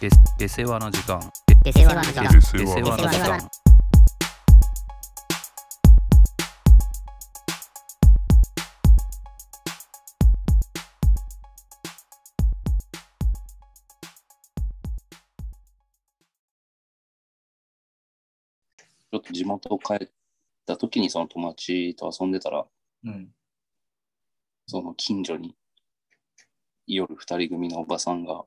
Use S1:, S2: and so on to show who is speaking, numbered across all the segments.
S1: で出世話の時間
S2: 出世話の時間
S3: で
S1: 出
S3: 世
S1: 世話の
S3: 話
S1: 時間
S4: ちょっと地元帰った時にその友達と遊んでたら、
S5: うん。
S4: その近所に夜二人組のおばさんが
S5: は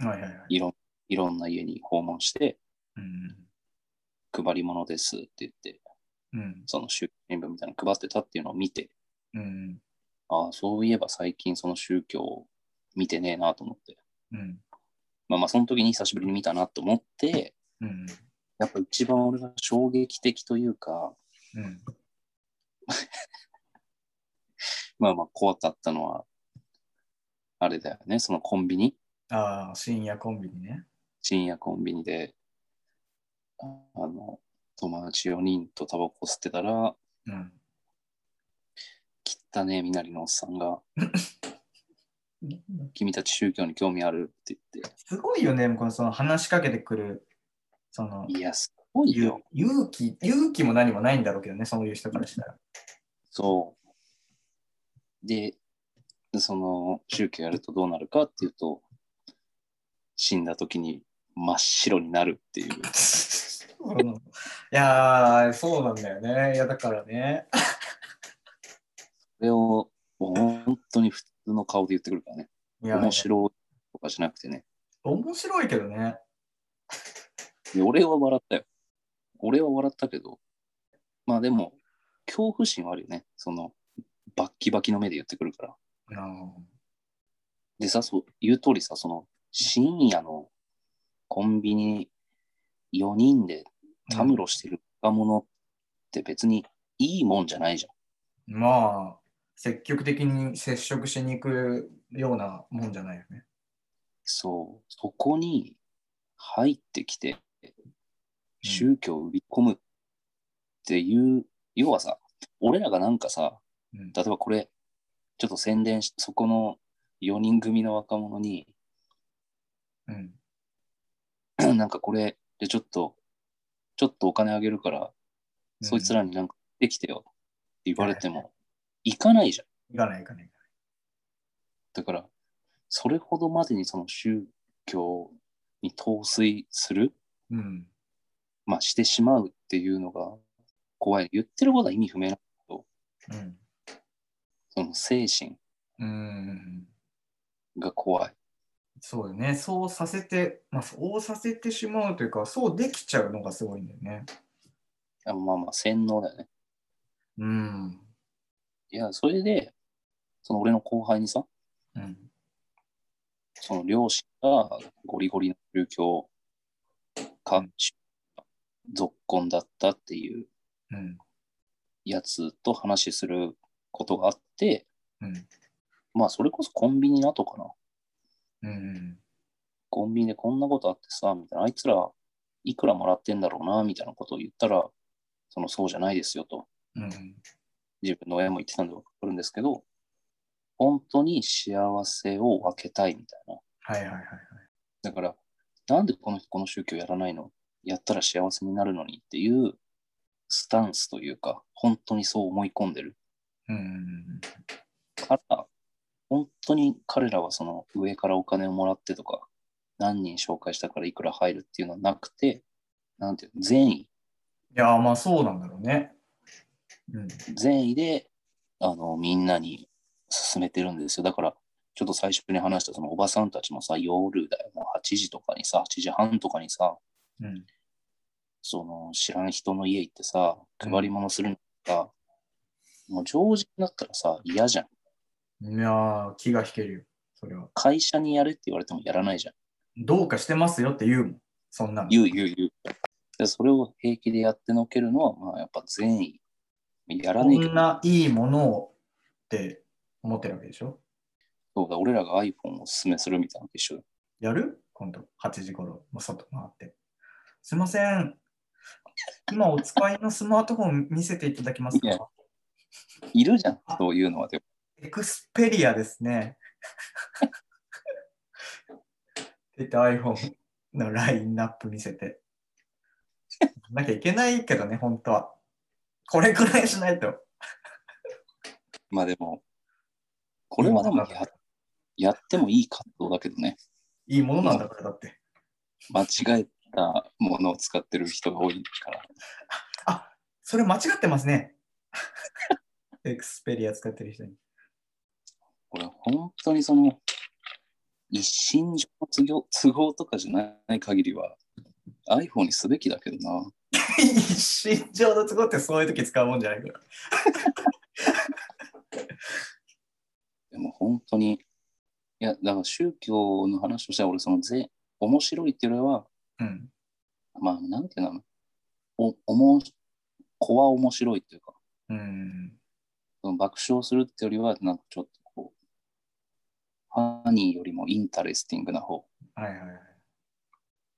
S5: いはいはい。
S4: いろんいろんな家に訪問して、
S5: うん。
S4: 配り物ですって言って、
S5: うん。
S4: その宗教新聞みたいなの配ってたっていうのを見て、
S5: うん。
S4: ああ、そういえば最近その宗教を見てねえなと思って。
S5: うん。
S4: まあまあその時に久しぶりに見たなと思って、
S5: うん。
S4: やっぱ一番俺が衝撃的というか、
S5: うん。
S4: まあまあ怖かったのは、あれだよね、そのコンビニ、
S5: ああ、深夜コンビニね。
S4: 深夜コンビニで、あの、友達4人とタバコ吸ってたら、
S5: うん。
S4: 汚ねえ身なりのおっさん が、君たち宗教に興味あるって言っ
S5: すごいよね、このその話しかけてくる、その
S4: て、、いや、すごい
S5: ゆ
S4: よ。
S5: 勇気、勇気も何もないんだろうけどね、そういう人からしたら。
S4: そう。で、その宗教やるとどうなるかっていうと、死んだ時に真っ白になるっていう。
S5: うんいやー、そうなんだよね。いや、だからね。
S4: それをもう本当に普通の顔で言ってくるからね。
S5: いや、
S4: 面白いとかじゃなくてね。
S5: 面白いけどね。
S4: で俺は笑ったよ。俺は笑ったけど、まあでも、恐怖心はあるよね。その、バッキバキの目で言ってくるから。
S5: あの
S4: でさ、そう、言う通りさ、その、深夜のコンビニ4人でたむろしてる若者って別にいいもんじゃないじゃん。
S5: まあ、積極的に接触しに行くようなもんじゃないよね。
S4: そう、そこに入ってきて、宗教を売り込むっていう、要はさ、俺らがなんかさ、
S5: うん
S4: 例えばこれ、ちょっと宣伝し、そこの4人組の若者に、
S5: うん。
S4: なんかこれ、でちょっと、ちょっとお金あげるから、そいつらになんかできてよって言われても、行かないじゃん。
S5: 行かない行かない。
S4: だから、それほどまでにその宗教に陶酔する、
S5: うん。
S4: まあしてしまうっていうのが怖い。言ってることは意味不明な、
S5: うん。
S4: その精神
S5: うん。
S4: が怖い。
S5: そうだね。そうさせて、まあ、そうさせてしまうというか、そうできちゃうのがすごいんだよね。
S4: あまあまあ洗脳だよね。
S5: うん。
S4: いや、それで、その俺の後輩にさ、
S5: うん。
S4: その両親がゴリゴリの宗教か、続婚だったっていう
S5: うん。
S4: やつと話することがあって、
S5: うん
S4: まあそれこそコンビニなとかな。
S5: うん。
S4: コンビニでこんなことあってさ、みたいな、あいつらいくらもらってんだろうな、みたいなことを言ったら、そのそうじゃないですよと、
S5: うん。
S4: 自分の親も言ってたんでわかるんですけど、本当に幸せを分けたいみたいな。
S5: はいはいはい。
S4: だから、なんでこの人この宗教やらないのやったら幸せになるのにっていうスタンスというか、本当にそう思い込んでる
S5: うん。
S4: から、本当に彼らはその上からお金をもらってとか、何人紹介したからいくら入るっていうのはなくて、なんていうの善意、
S5: いやー、まあそうなんだろうね。うん。
S4: 善意で、あの、みんなに勧めてるんですよ。だから、ちょっと最初に話したそのおばさんたちもさ、夜だよ、もう8時とかにさ、8時半とかにさ、
S5: うん。
S4: その知らん人の家行ってさ、配り物するのが、もう常人だったらさ、嫌じゃん。
S5: いやー、気が引けるよ。それは。
S4: 会社にやれって言われてもやらないじゃん。
S5: どうかしてますよって言うもん。そんなの。
S4: 言う言う言う。でそれを平気でやってのけるのは、まあやっぱ善意。やら
S5: こ
S4: ねえけ
S5: ん
S4: ど、
S5: ないいものをって思ってるわけでしょ
S4: そうだ俺らが iPhone をおすすめするみたいなのと一緒だよ
S5: やる今度、8時頃、もう外回って。すいません。今お使いのスマートフォン見せていただけます
S4: いや
S5: か
S4: いるじゃん、そういうのは。でも
S5: エクスペリアですね。って出て iPhone のラインナップ見せて。なきゃいけないけどね、本当は。これくらいしないと。
S4: まあでも、これはでもややってもいい活動だけどね、
S5: いいものなんだから、だって。
S4: 間違えたものを使ってる人が多いから。
S5: あ、それ間違ってま すね。エクスペリア使ってる人に。
S4: 俺、本当にその、一身上の都合都合とかじゃない限りは、iPhone にすべきだけどな。
S5: 一身上の都合ってそういう時使うもんじゃないから。
S4: でも本当に、いや、だから宗教の話としては、俺、その、ぜ、面白いっていうよりは、
S5: うん。
S4: まあ、なんていうの、お、おも、子は面白いっていうか、
S5: うん。
S4: その爆笑するってよりは、なんかちょっとこう、ファニーよりもインタレスティングな方。
S5: はいはいはいい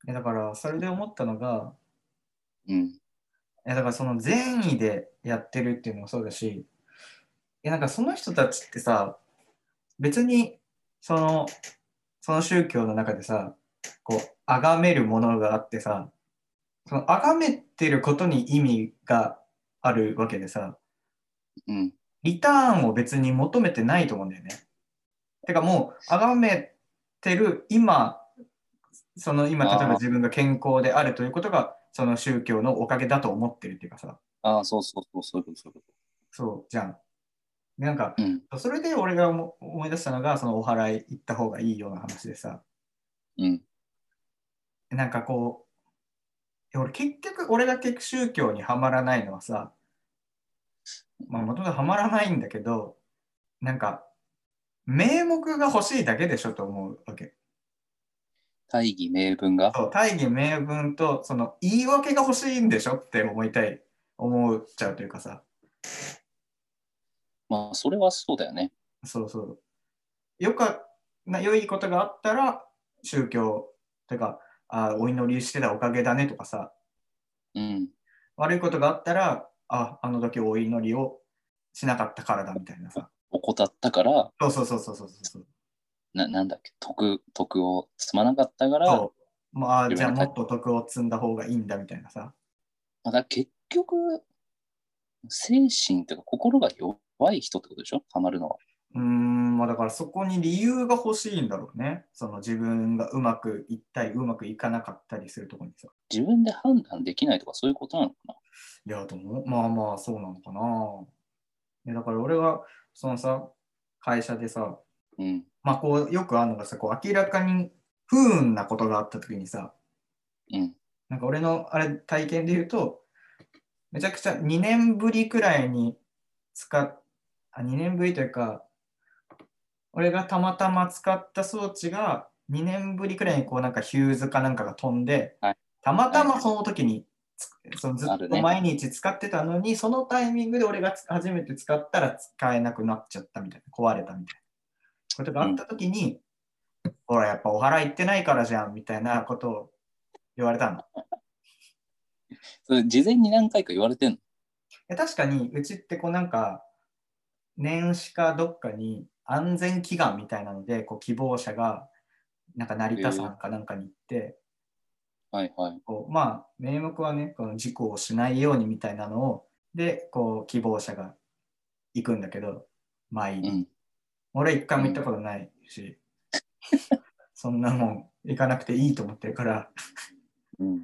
S5: や。だから、それで思ったのが、
S4: うん。
S5: いやだからその善意でやってるっていうのもそうだし、いやなんかその人たちってさ、別にその、その宗教の中でさ、こう、崇めるものがあってさ、その崇めてることに意味があるわけでさ、
S4: うん。
S5: リターンを別に求めてないと思うんだよね。てかもう、崇めてる今、その今、例え
S4: あ
S5: ば
S4: ー
S5: 自分が健康であるということが、その宗教のおかげだと思ってるっていうかさ、
S4: ああ、そうそうそう、そういうこと、そういうこ
S5: そう、じゃん。でなんか、
S4: と。うん。
S5: それで俺が思思い出したのが、そのお祓い行った方がいいような話でさ、
S4: うん。
S5: なんかこう、いや俺結局、俺が結局宗教にはまらないのはさ、まあもともとはまらないんだけど、なんか、名目が欲しいだけでしょと思うわけ。
S4: 大義名分が。
S5: そう、大義名分と、その言い訳が欲しいんでしょって思いたい、思っちゃうというかさ、
S4: まあ、それはそうだよね。
S5: そうそう。よかな、良いことがあったら、宗教というか、あお祈りしてたおかげだねとかさ、
S4: うん。
S5: 悪いことがあったら、あ、あの時お祈りをしなかったからだみたいなさ。
S4: 怠ったから、
S5: そうそうそうそうそうそう。
S4: ななんだっけ、徳、徳を積まなかったから、
S5: そうまあ、
S4: 自
S5: じゃあ
S4: 分の
S5: も
S4: た
S5: っと徳を積んだ方がいいんだみたいなさ。
S4: まあだから結局、精神というか心が弱い人ってことでしょハマるのは。
S5: うーん、まあだからそこに理由が欲しいんだろうね。その自分がうまくいったり、うまくいかなかったりするところにさ。
S4: 自分で判断できないとかそういうことなのかな。
S5: いや、とも、まあまあ、そうなのかな。いやだから俺は、そのさ、会社でさ、
S4: うん。
S5: まあこう、よくあるのがさ、こう明らかに不運なことがあった時にさ、
S4: うん。
S5: なんか俺のあれ体験で言うと、めちゃくちゃ2年ぶりくらいに使っ、あ、2年ぶりというか、俺がたまたま使った装置が2年ぶりくらいにこうなんかヒューズかなんかが飛んで、
S4: はい
S5: たまたまその時につ、そのず
S4: あ
S5: っ
S4: る
S5: と
S4: ね
S5: 毎日使ってたのに、そのタイミングで俺がつ初めて使ったら使えなくなっちゃったみたいな、壊れたみたいなことがあった時に、ほらやっぱお払い行ってないからじゃんみたいなことを言われたの。
S4: それ事前に何回か言われてんの
S5: いや確かにうちってこうなんか年始かどっかに安全祈願みたいなのでこう希望者がなんか成田山かなんかに行って、
S4: はいはい。
S5: こうまあ名目はねこの事故をしないようにみたいなのをでこう希望者が行くんだけど毎
S4: う
S5: 日、
S4: ん。
S5: 俺一回も行ったことないし、そんなもん行かなくていいと思ってるから
S4: うん。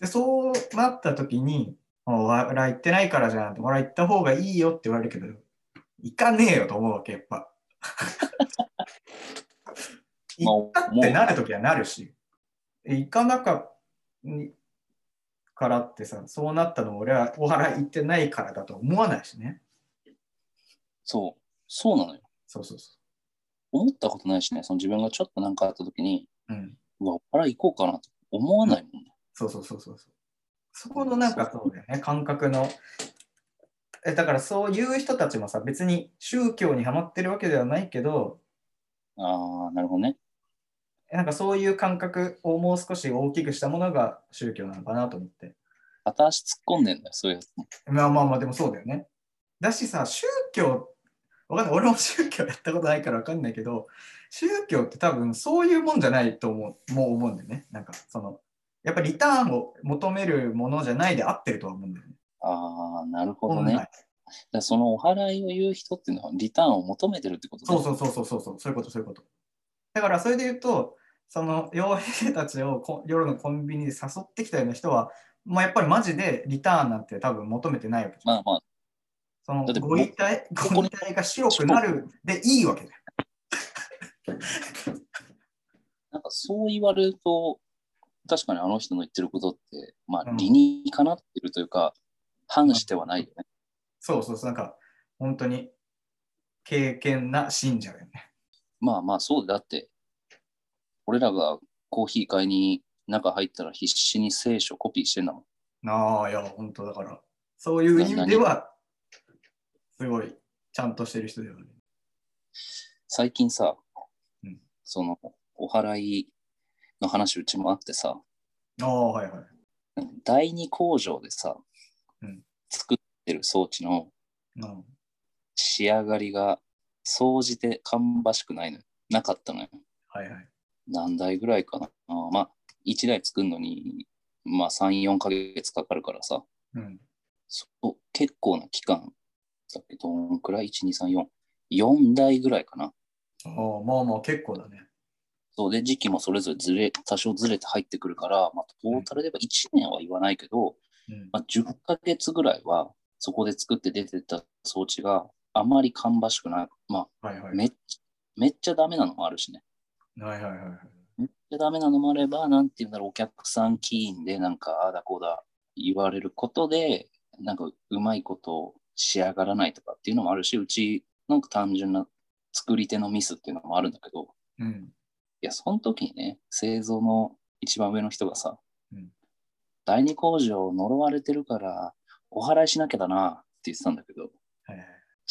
S5: で、そうなった時に、お笑い行ってないからじゃん、お笑い行った方がいいよって言われるけど、行かねえよと思うわけ、やっぱ。
S4: まあ
S5: 行ったってなる時はなるし、行かなかにからってさ、そうなったのも俺はお笑い行ってないからだと思わないしね。
S4: そう。そうなのよ。
S5: そうそうそ
S4: 思ったことないしね、その自分がちょっと何かあった時に、
S5: う。うん。
S4: うわ、お笑い行こうかなと思わないもんね。
S5: そうそうそうそうそう。そこのなんかそうだよね、感覚の。えだからそういう人たちもさ、別に宗教にはまってるわけではないけど、
S4: ああ、なるほどね。
S5: えなんかそういう感覚をもう少し大きくしたものが宗教なのかなと思って。
S4: 片足突っ込んでんだよ、そういうやつも。
S5: まあまあまあ、でもそうだよね。だしさ、宗教わかんない。俺も宗教やったことないからわかんないけど、宗教って多分そういうもんじゃないと思う、もう思うんだよね。なんか、その、やっぱりリターンを求めるものじゃないで合ってるとは思うんだよね。
S4: ああ、なるほど
S5: 本
S4: ね。だ
S5: 来
S4: か。らそのお払いを言う人っていうのはリターンを求めてるってこと
S5: そう
S4: う。
S5: そうそうそうそうそう、そういうこと、そういうこと。だから、それで言うと、その、傭兵たちをこ夜のコンビニで誘ってきたような人は、まあ、やっぱりマジでリターンなんて多分求めてないわけじゃん。
S4: まあまあ、
S5: その
S4: だって
S5: ご遺体
S4: ここ
S5: ご遺体が白くなるでいいわけだよ。
S4: なんかそう言われると、確かにあの人の言ってることって、まあ
S5: うん
S4: 理にかなってるというか、反してはないよね。
S5: そうそうそう、なんか、本当に、経験な信者だよね。
S4: まあまあそうだって、俺らがコーヒー買いに中入ったら必死に聖書コピーしてんだもん。
S5: ああ、いや、本当だから、そういう意味では、すごい、ちゃんとしてる人だよね。
S4: 最近さ、
S5: うん
S4: そのお払いの話うちもあってさ、
S5: ああ、はいはい。
S4: 第二工場でさ、
S5: うん
S4: 作ってる装置の
S5: うん
S4: 仕上がりが総じて芳しくないのよ。なかったのよ。
S5: はいはい。
S4: 何台ぐらいかな。まあ、1台作るのに、まあ、3、4ヶ月かかるからさ、
S5: うん。
S4: そう結構な期間だっけどんくらい ?1、2、3、4。4台ぐらいかな。
S5: ああ、まあまあ、結構だね。
S4: そうで、時期もそれぞれずれ、多少ずれて入ってくるから、まあ、トータルでは1年は言わないけど、
S5: うん。
S4: まあ、10ヶ月ぐらいはそこで作って出てた装置があまり芳しくない。ま
S5: はいは
S4: あ、
S5: い。
S4: めっめっちゃダメなのもあるしね。
S5: はいはいはいはい。
S4: めっちゃダメなのもあれば、なんていうんだろう、お客さん起因でなんか、ああだこうだ言われることで、なんかうまいこと仕上がらないとかっていうのもあるし、うちなんか単純な作り手のミスっていうのもあるんだけど、
S5: うん。
S4: いや、その時にね、製造の一番上の人がさ、
S5: うん
S4: 第二工場呪われてるから、お祓いしなきゃだなって言ってたんだけど、
S5: はいはい。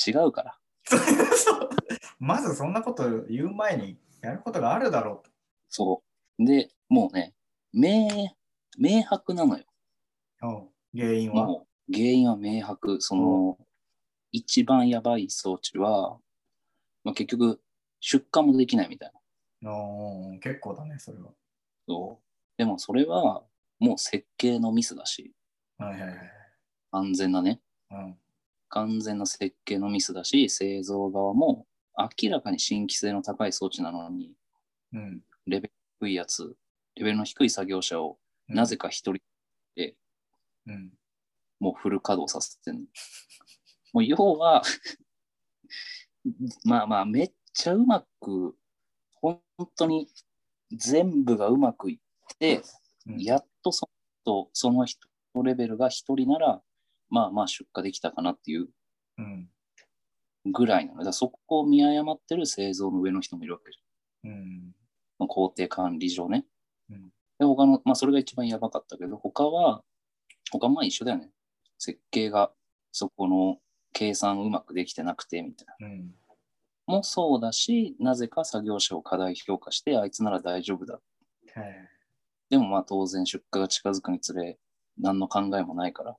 S4: 違うから。
S5: そう まずそんなこと言う前にやることがあるだろうと。
S4: そう。で、もうね、明、明白なのよ。
S5: うん原因は。
S4: もう、原因は明白。その、一番やばい装置は、まあ、結局、出荷もできないみたいな。
S5: うん結構だね、それは。
S4: そうでも、それは、もう設計のミスだし、
S5: はいはいはい。
S4: 安全なね。
S5: うん
S4: 完全な設計のミスだし、製造側も明らかに新規性の高い装置なのに、
S5: うん。
S4: レベル低いやつ、レベルの低い作業者をなぜか一人で
S5: うん。
S4: もうフル稼働させてんの。 もう要は、 まあまあ、めっちゃうまく、本当に全部がうまくいって、
S5: うん
S4: やっとその人その人レベルが一人なら、まあまあ出荷できたかなっていう
S5: うん。
S4: ぐらいなので、だからそこを見誤ってる製造の上の人もいるわけじ
S5: うん。
S4: ゃん。工程管理上ね。
S5: うん
S4: で、他の、まあ、それが一番やばかったけど、他は、他もまあ一緒だよね。設計が、そこの計算うまくできてなくて、みたいな。
S5: うん。
S4: もそうだし、なぜか作業者を過大評価して、あいつなら大丈夫だ。
S5: はい。
S4: でもまあ当然出荷が近づくにつれ、何の考えもないから、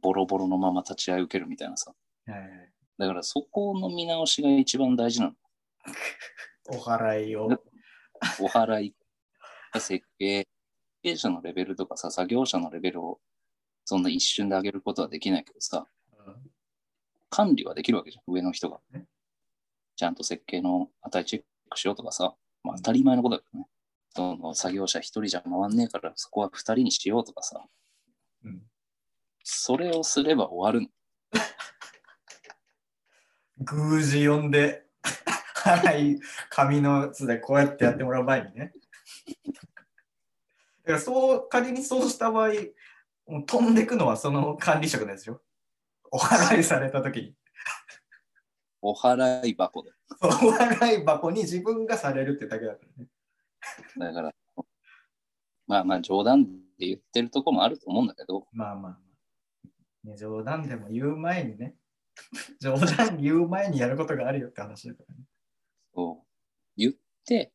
S4: ボロボロのまま立ち会い受けるみたいなさ。
S5: はいはい。
S4: だからそこの見直しが一番大事なの。
S5: お祓いを。
S4: お払い、設計、設計者のレベルとかさ、作業者のレベルをそんな一瞬で上げることはできないけどさ、管理はできるわけじゃん、上の人が
S5: ね。
S4: ちゃんと設計の値チェックしようとかさ、まあ当たり前のことだけどね。その作業者一人じゃ回んねえから、そこは二人にしようとかさ、
S5: うん
S4: それをすれば終わるの。
S5: 宮司呼んで、はい、紙のやつでこうやってやってもらう前にね。だからそう、仮にそうした場合、もう飛んでくのはその管理職ですよ。お祓いされた時に。
S4: お払い箱だ。
S5: お祓い箱に自分がされるってだけだからね。
S4: だから、まあまあ冗談で言ってるとこもあると思うんだけど、
S5: まあまあまあ、ね。冗談でも言う前にね。冗談言う前にやることがあるよって話だからね。
S4: を言って、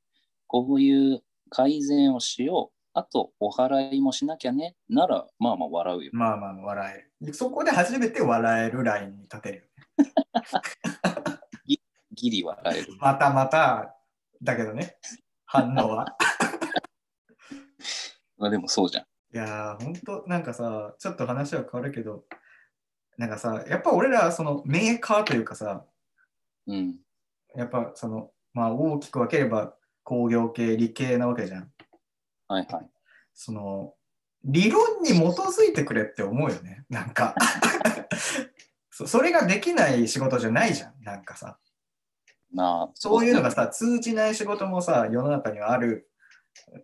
S4: こういう改善をしよう。あと、お払いもしなきゃね。なら、まあまあ笑うよ。
S5: まあまあ、笑える。そこで初めて笑えるラインに立てるよね。
S4: ギリ笑える。
S5: またまた、だけどね、反応は。
S4: まあでもそうじゃん。
S5: いやー、ほんと、なんかさ、ちょっと話は変わるけど、なんかさ、やっぱ俺ら、そのメーカーというかさ、
S4: うん。
S5: やっぱその、まあ大きく分ければ工業系、理系なわけじゃん。
S4: はいはい。
S5: その、理論に基づいてくれって思うよね、なんか。 そそれができない仕事じゃないじゃん、なんかさ。
S4: まあ、
S5: そういうのが
S4: そ
S5: さ、通じない仕事もさ、世の中にはある、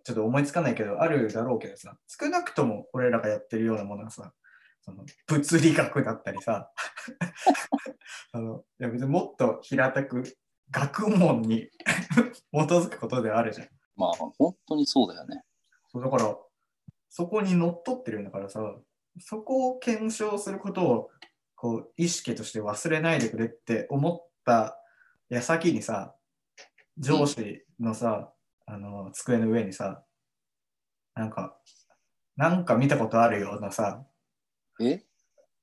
S5: ちょっと思いつかないけど、あるだろうけどさ、少なくとも俺らがやってるようなものはさ、その物理学だったりさ、 あのいや別にもっと平たく学問に 基づくことではあるじゃん。
S4: うね。まあ、本当にそうだよね。
S5: そうだから、そこにのっとってるんだからさ、そこを検証することをこう意識として忘れないでくれって思った矢先にさ、上司のさ、あの机の上にさ、なんか、なんか見たことあるようなさ、
S4: え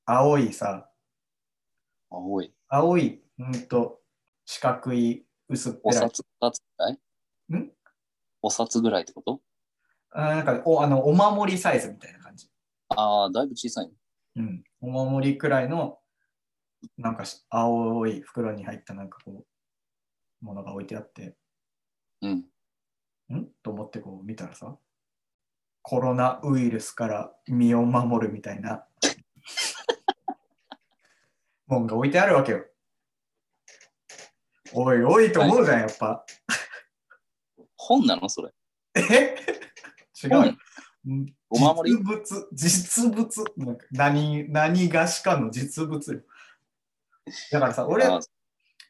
S5: 青いさ、
S4: 青い。
S5: 青い、うんと、四角い薄っぺ
S4: お
S5: らい。
S4: 札2つぐらい
S5: ん
S4: お札ぐらいってこと
S5: あなんかおあの、お守りサイズみたいな感じ。
S4: ああ、だいぶ小さい、ね。
S5: うん、お守りくらいの、なんかし青い袋に入ったなんかこう、ものが置いてあって、
S4: うん。
S5: んと思ってこう見たらさ、コロナウイルスから身を守るみたいな、もんが置いてあるわけよ。おいおいと思うじゃん、やっぱ。
S4: 本なのそれ。
S5: え 違うよ
S4: 本。
S5: うん
S4: お守り
S5: 実物、実物。なんか何、何がしかの実物よ。だからさ、俺、
S4: あー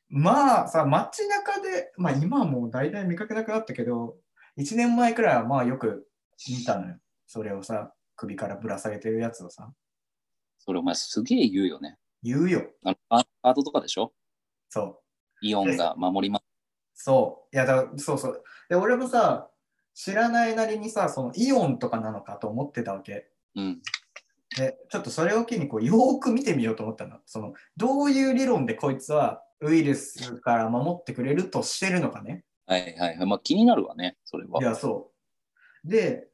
S5: まあさ、街中で、まあ今はもう大体見かけなくなったけど、1年前くらいはまあよく見たのよ。それをさ、首からぶら下げてるやつをさ、
S4: それお前すげえ言うよね。
S5: 言うよ。
S4: あのカカードとかでしょ
S5: そう。
S4: イオンが守ります。
S5: そう。いやだ、そうそう。で、俺もさ、知らないなりにさ、そのイオンとかなのかと思ってたわけ。
S4: うん。
S5: で、ちょっとそれを機にこう、よーく見てみようと思ったの。その、どういう理論でこいつはウイルスから守ってくれるとしてるのかね。。
S4: はいはいはい。まあ気になるわね、それはい
S5: や、そう。で、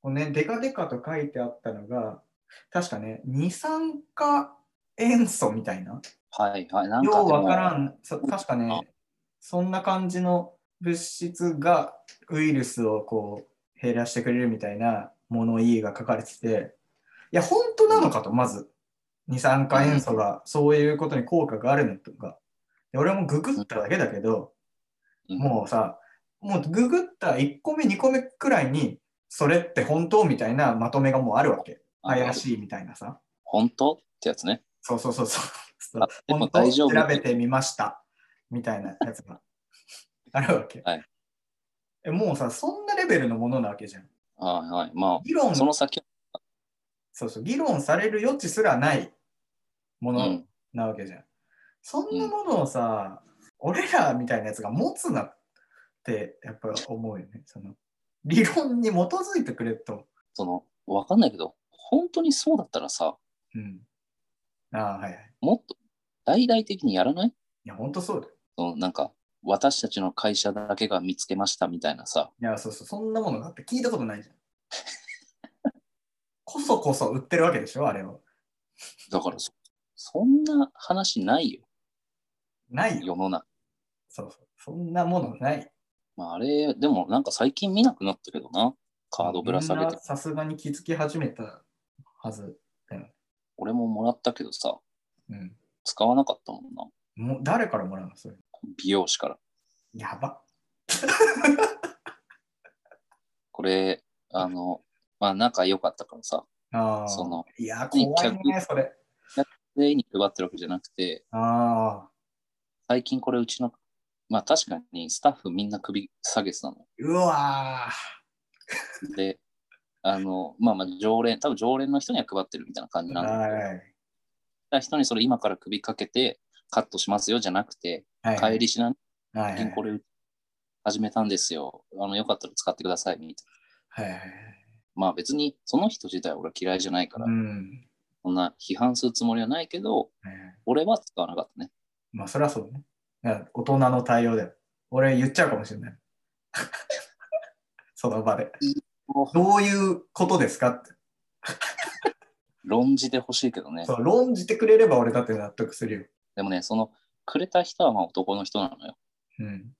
S5: こうね、デカデカと書いてあったのが、確かね、二酸化塩素みたいな、
S4: はいはい。なんか
S5: よう
S4: で
S5: わ
S4: も
S5: からん、そ確か
S4: あ
S5: ね、そんな感じの物質がウイルスをこう減らしてくれるみたいな物言いが書かれてて、いや、本当なのかと、まず、二酸化塩素がそういうことに効果があるのとか。で俺もググっただけだけど、
S4: うん
S5: もうさ、もうググった1個目、2個目くらいに、それって本当みたいなまとめがもうあるわけ。
S4: あの
S5: 怪しいみたいなさ。
S4: 本当ってやつね。
S5: そうそうそうそう。
S4: あでも
S5: 本当
S4: 大丈
S5: 調
S4: 夫
S5: べてみました。みたいなやつが あるわけ、
S4: はい
S5: え。もうさ、そんなレベルのものなわけじゃん。
S4: はいはい。ま
S5: 議論
S4: あ、その先は、
S5: そうそう、議論される余地すらないも
S4: う
S5: の
S4: ん。
S5: なわけじゃん。そんなものをさ、俺らみたいなやつが持つなってやっぱ思うよね。その理論に基づいてくれと。
S4: その、わかんないけど、本当にそうだったらさ、
S5: うん。ああ、はいはい。
S4: もっと大々的にやらない
S5: いや、ほんとそうだよ。
S4: そのなんか、私たちの会社だけが見つけましたみたいなさ、
S5: いや、そうそう、そんなものだって聞いたことないじゃん。 こそこそ売ってるわけでしょ、あれを。
S4: だからそ、そんな話ないよ、
S5: ないよ。
S4: 世の中。
S5: そうそう。そんなものない。
S4: まあ、あれ、でもなんか最近見なくなったけどな、カードぶら下げ
S5: みん
S4: て
S5: な。さすがに気づき始めたはず。
S4: 俺ももらったけどさ、
S5: うん。
S4: 使わなかったもんな、
S5: もう誰からもらうのそれ。
S4: 美容師から。
S5: やば。
S4: これ、あの、まあ仲良かったからさ、
S5: ああ。
S4: その、
S5: いや、怖いね、それ。
S4: 全員に配ってるわけじゃなくて、
S5: ああ。
S4: 最近これうちの、まあ確かにスタッフみんな首下げてたの。
S5: うわ
S4: で、あの、まあまあ常連、多分常連の人には配ってるみたいな感じ
S5: ー
S4: なんだけど
S5: はい。
S4: 来た人にそれ今から首かけてカットしますよじゃなくて、
S5: はい。
S4: 帰りしな
S5: はい、
S4: 最近これ始めたんですよ。あの、よかったら使ってください、みたいな。
S5: はいはいはい。
S4: まあ別にその人自体俺は嫌いじゃないから、
S5: うん。
S4: そんな批判するつもりはないけど、
S5: はいはい
S4: 俺は使わなかったね。
S5: まあ、それはそうだね。いや大人の対応だよ。俺言っちゃうかもしれない。 その場で。
S4: もう
S5: どういうことですかって。
S4: 論じてほしいけどね。
S5: そう、論じてくれれば俺だって納得するよ。
S4: でもね、その、くれた人はまあ男の人なのよ。
S5: うん。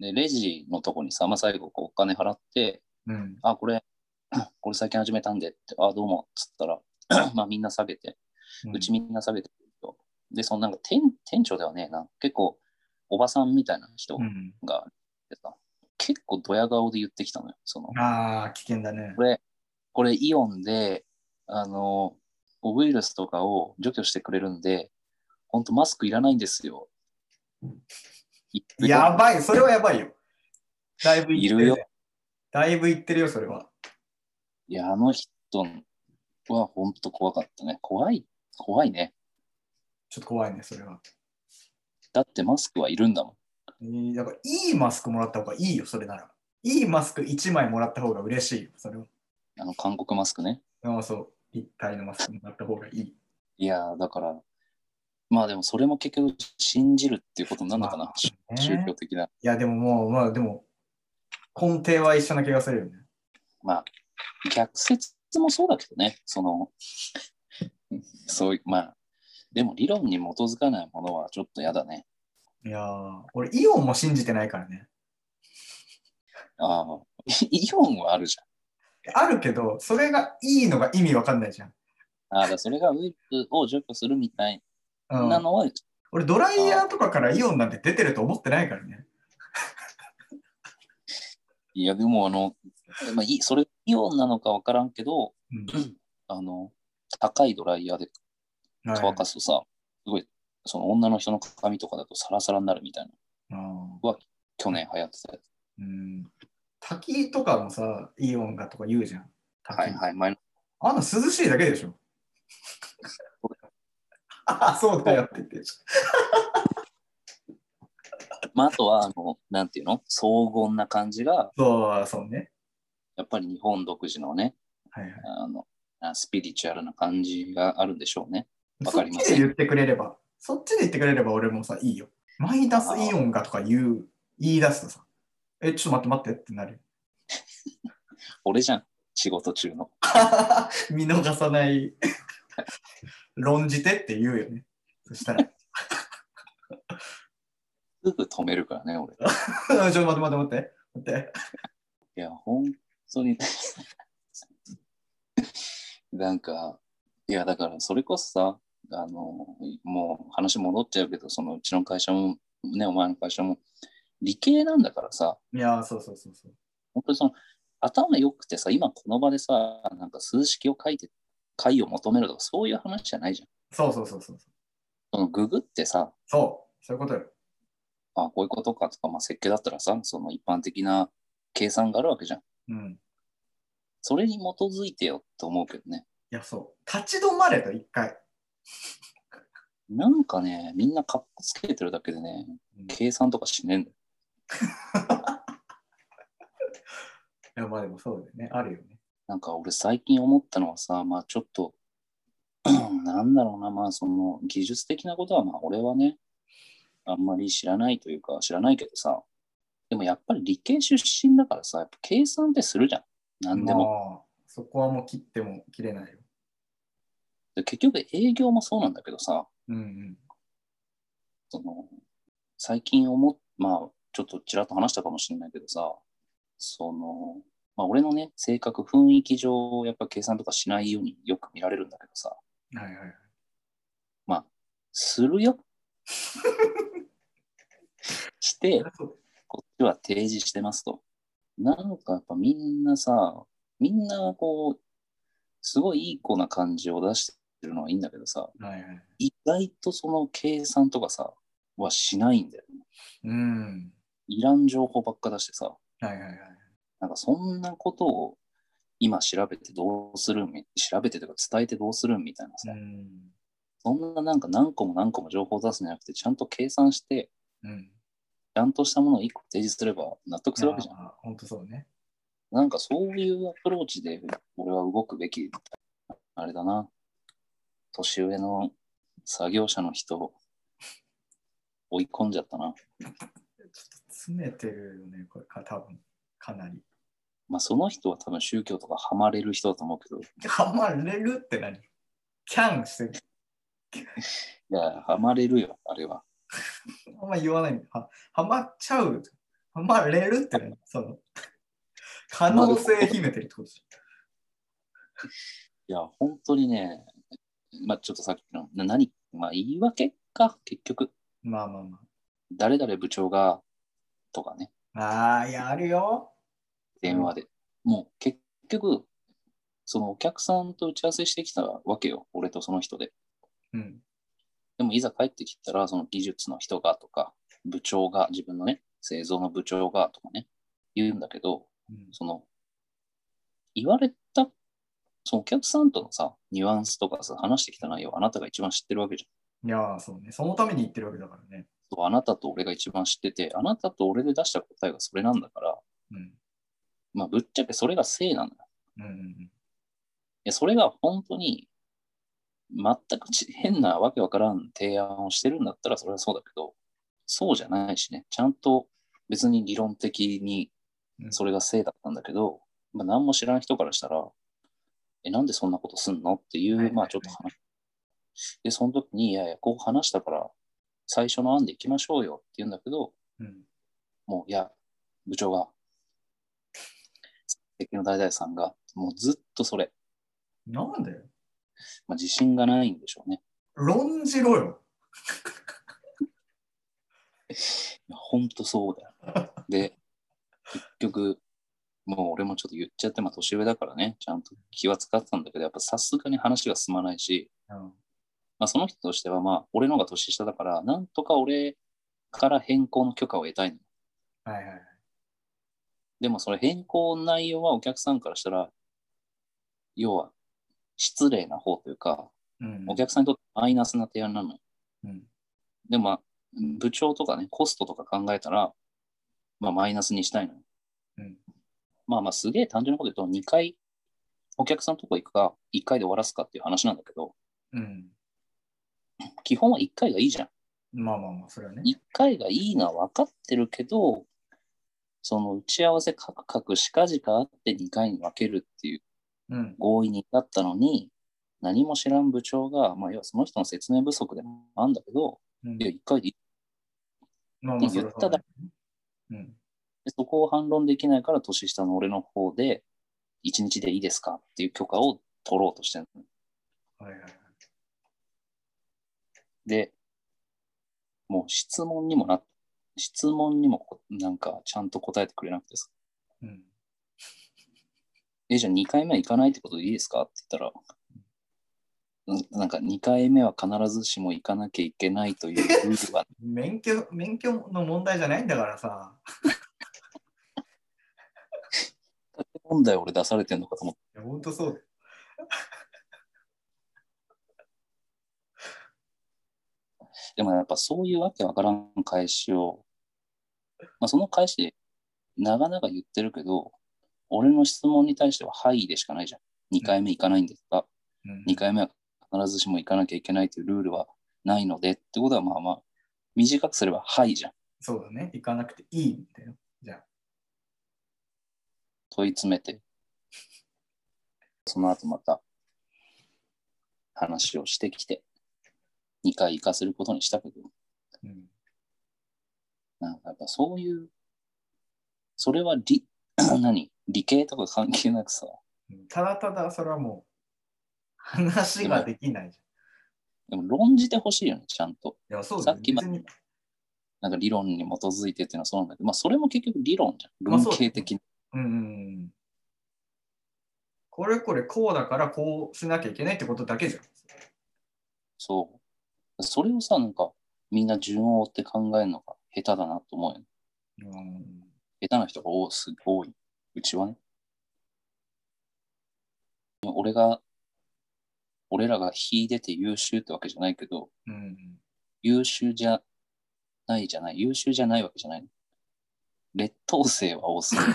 S4: で、レジのとこにさ、まあ、最後こうお金払って、
S5: うん。
S4: あ、これ、 これ最近始めたんでって、あ、どうも、つったら、 まあみんな下げて、うちみんな下げてくると。で、そのなんか店店長ではねえな、結構、おばさんみたいな人
S5: う
S4: が
S5: ん。
S4: でさ、結構ドヤ顔で言ってきたのよ。その、
S5: ああ、危険だね
S4: こ。れ、これイオンで、あの、ウイルスとかを除去してくれるんで、本当マスクいらないんですよ。
S5: やば
S4: い。
S5: い、それはやば いよ。だいぶ言って
S4: いるよ
S5: ねだいぶ言ってるよ、それは。
S4: いや、あの人は本当怖かったね。怖い、怖いね。
S5: ちょっと怖いね、それは。
S4: だってマスクはいるんだも
S5: えーだから、いいマスクもらった方がいいよ、それなら。いいマスク1枚もらった方が嬉しいよ、それは。
S4: ん。あの、韓国マスクね。
S5: ああ、そう。一体のマスクもらった方がいい。
S4: いやー、だから、まあでもそれも結局信じるっていうことになるのかな。
S5: ま
S4: し
S5: あね
S4: 宗教的な。
S5: いや、でももう、まあ、でも、根底は一緒な気がするよね。
S4: まあ、逆説もそうだけどね、その、 そういう、まあ、でも理論に基づかないものはちょっと嫌だね。
S5: いやー、俺、イオンも信じてないからね。
S4: あ あ、イオンはあるじ
S5: あるけど、それがいいのが意味わかんないじゃん。
S4: ゃん。ああ、だからそれがウイルスを除去するみたい
S5: うん、
S4: なのは、
S5: 俺、ドライヤーとかからイオンなんて出てると思ってないからね。
S4: いや、でもあの、まあ、いそれイオンなのかわからんけど、
S5: うん
S4: あの、高いドライヤーで
S5: はい
S4: 乾かすとさ、すごい、その女の人の髪とかだとサラサラになるみたいな、
S5: あー
S4: 去年流行ってたやつ。
S5: うん。滝とかもさ、イオンがとか言うじゃん。滝
S4: はいはい、前の
S5: あんな涼しいだけでしょ。 ああ、そうだよって言ってる。
S4: まあ、あとは、あの、なんていうの荘厳な感じが、
S5: そう、そうね。
S4: やっぱり日本独自のね、
S5: はいはい。
S4: あの、あスピリチュアルな感じがあるんでしょうね。わ
S5: そ
S4: か
S5: っ
S4: り
S5: ち
S4: ません
S5: で言ってくれれば、そっちで言ってくれれば俺もさ、いいよ。マイナスイオンがとか言う、言い出すとさ、え、ちょっと待って待ってってなる。
S4: 俺じゃん、仕事中の。
S5: 見逃さない。 論じてって言うよね。そしたら、ち
S4: すぐ止めるからね、俺。い
S5: ょっと待って待って待って。待って
S4: や、本当に。なんか、いや、だから、それこそさ、あの、もう話戻っちゃうけど、そのうちの会社も、ね、お前の会社も、理系なんだからさ、
S5: いやー、そうそうそうそう。
S4: 本当にその、頭良くてさ、今この場でさ、なんか数式を書いて、解を求めるとか、そういう話じゃないじゃん。
S5: そうそうそうそう。
S4: そのググってさ、
S5: そう、そういうことよ。
S4: あこういうことかとか、まあ、設計だったらさ、その一般的な計算があるわけじゃん。
S5: うん。
S4: それに基づいてよって思うけどね。
S5: いや、そう。立ち止まれと一回。
S4: なんかね、みんなカッコつけてるだけでね、
S5: うん
S4: 計算とかしねえんだよ。
S5: いや、まあでもそうだよね。あるよね。
S4: なんか俺最近思ったのはさ、まあちょっと、 なんだろうな、まあその技術的なことはまあ俺はね、あんまり知らないというか知らないけどさ、でもやっぱり理系出身だからさ、やっぱ計算ってするじゃん。なんでも。
S5: も。そこはもう切っても切れないよ。
S4: で結局営業もそうなんだけどさ、
S5: うんうん。
S4: その最近思っまあちょっとちらっと話したかもしれないけどさその、まあ、俺のね性格雰囲気上やっぱ計算とかしないようによく見られるんだけどさ
S5: はいはいはい。
S4: するよして
S5: そう
S4: こっちは提示してますとなんかやっぱみんなさみんなこうすごいいい子な感じを出してるのはいいんだけどさ
S5: だよはいはい。
S4: 意外とその計算とかさはしないんだよね
S5: うん。
S4: いらん情報ばっか出してさ
S5: はいはいはい。
S4: なんかそんなことを今調べてどうするんみ調べてとか伝えてどうするんみたいなさ、
S5: うん。
S4: そんななんか何個も何個も情報を出すんじゃなくて、ちゃんと計算して、
S5: うん。
S4: ちゃんとしたものを1個提示すれば納得するわけじゃん。
S5: あーほんとそうね。
S4: なんかそういうアプローチで俺は動くべき、あれだな、年上の作業者の人追い込んじゃったな。
S5: ちょっと詰めてるよね、これか、多分かなり。
S4: まあ、その人は多分宗教とかハマれる人だと思うけど、い
S5: ハマれるって何キャンしてる。
S4: や、ハマれるよ、あれは。
S5: あんま言わないんだは。ハマっちゃう。ハマれるって何その、可能性秘めてるってことじ
S4: いや、本当にね、まあ、ちょっとさっきの、な何、まあ、言い訳か、結局、
S5: ゃん。まあまあま
S4: 誰々部長が、とかね、
S5: あ。ああ、いや、あるよ。
S4: 電話で。もう、結局、そのお客さんと打ち合わせしてきたわけよ、俺とその人で。
S5: うん。
S4: でもいざ帰ってきたら、その技術の人がとか、部長が、自分のね、製造の部長がとかね、言うんだけど、
S5: うん、
S4: その、言われた、そのお客さんとのさ、ニュアンスとかさ、話してきた内容、あなたが一番知ってるわけじゃん。
S5: いやー、そうね。そのために言ってるわけだからね。
S4: そうあなたと俺が一番知ってて、あなたと俺で出した答えがそれなんだから、
S5: うん。
S4: まあ、ぶっちゃけそれが正なんだよ。
S5: うんうん
S4: いや、それが本当に、全くち変なわけわからん提案をしてるんだったら、それはそうだけど、そうじゃないしね、ちゃんと別に理論的に
S5: うん。うん
S4: それが正だったんだけど、まあ、何も知らん人からしたら、え、なんでそんなことすんのってい
S5: はいはいは
S4: う、
S5: い
S4: まあちょっと話。で、その時に、いやいや、こう話したから、最初の案でいきましょうよって言うんだけど、
S5: うん。
S4: もう、いや、部長が、敵の大々さんが、もうずっとそれ、
S5: なんで
S4: まあ、自信がないんでしょうね。
S5: 論じろよ。
S4: いや本当そうだよ。で、結局、もう俺もちょっと言っちゃって、まあ年上だからね、ちゃんと気は使ってたんだけど、やっぱさすがに話が進まないし、
S5: うん。
S4: まあ、その人としては、まあ、俺の方が年下だから、なんとか俺から変更の許可を得たいの。
S5: はいはいはい。
S4: でも、その変更の内容はお客さんからしたら、要は、失礼な方というか、
S5: うん。
S4: お客さんにとってマイナスな提案なのよ。
S5: うん。
S4: でも、まあ、部長とかね、コストとか考えたら、まあ、マイナスにしたいのよ。
S5: うん
S4: まあまあ、すげえ単純なこと言うと、2回、お客さんのとこ行くか、1回で終わらすかっていう話なんだけど、
S5: うん。
S4: 基本は1回がいいじゃん。
S5: まあまあまあ、それはね。
S4: 1回がいいのは分かってるけど、その打ち合わせカクカクしかじかあって2回に分けるっていう
S5: うん。
S4: 合意に至ったのに、何も知らん部長が、まあ、要はその人の説明不足でもあるんだけど、
S5: うん
S4: いや、1回でいい
S5: まあ
S4: って言っただ
S5: け。うん。
S4: でそこを反論できないから、年下の俺の方で、1日でいいですかっていう許可を取ろうとしてる。
S5: はいはいはい。
S4: で、もう質問にもな、質問にもこなんかちゃんと答えてくれなくてさ
S5: うん。
S4: え、じゃあ2回目は行かないってことでいいですかって言ったら、うんなんか2回目は必ずしも行かなきゃいけ ないというルールは、
S5: 免許、免許の問題じゃないんだからさ。
S4: 問題俺出されてるのかと思って、
S5: いや、ほんとそうだよ。
S4: でもやっぱそういうわけわからん返しを、まあ、その返し、長々言ってるけど、俺の質問に対してははいでしかないじゃん。2回目行かないんですか
S5: うん
S4: 2回目は必ずしも行かなきゃいけないというルールはないのでってことはまあまあ短くすればはいじゃん
S5: そうだね。行かなくていいみたいな。
S4: 問い詰めてその後また話をしてきて2回行かせることにしたけど
S5: うん。
S4: なんかやっぱそういうそれは理 何理系とか関係なくさ
S5: うんただただ、それはもう、話ができないじ
S4: でも論じてほしいよねちゃんと
S5: ゃん。いや、そうだ
S4: さ
S5: よ
S4: っきま
S5: 別に
S4: なんか理論に基づいてっていうのはそうなんだけどまあそれも結局理論じゃん
S5: まあ
S4: 論
S5: そうだね
S4: 系的な
S5: うんうんうん。これこれこうだからこうしなきゃいけないってことだけじゃん。
S4: そう。それをさ、なんか、みんな順を追って考えるのが下手だなと思うよね。
S5: うん、
S4: 下手な人が多す多い。うちはね。俺が、俺らが秀でて優秀ってわけじゃないけど、
S5: うん。
S4: 優秀じゃないじゃない。優秀じゃないわけじゃない。劣等生は多すぎる。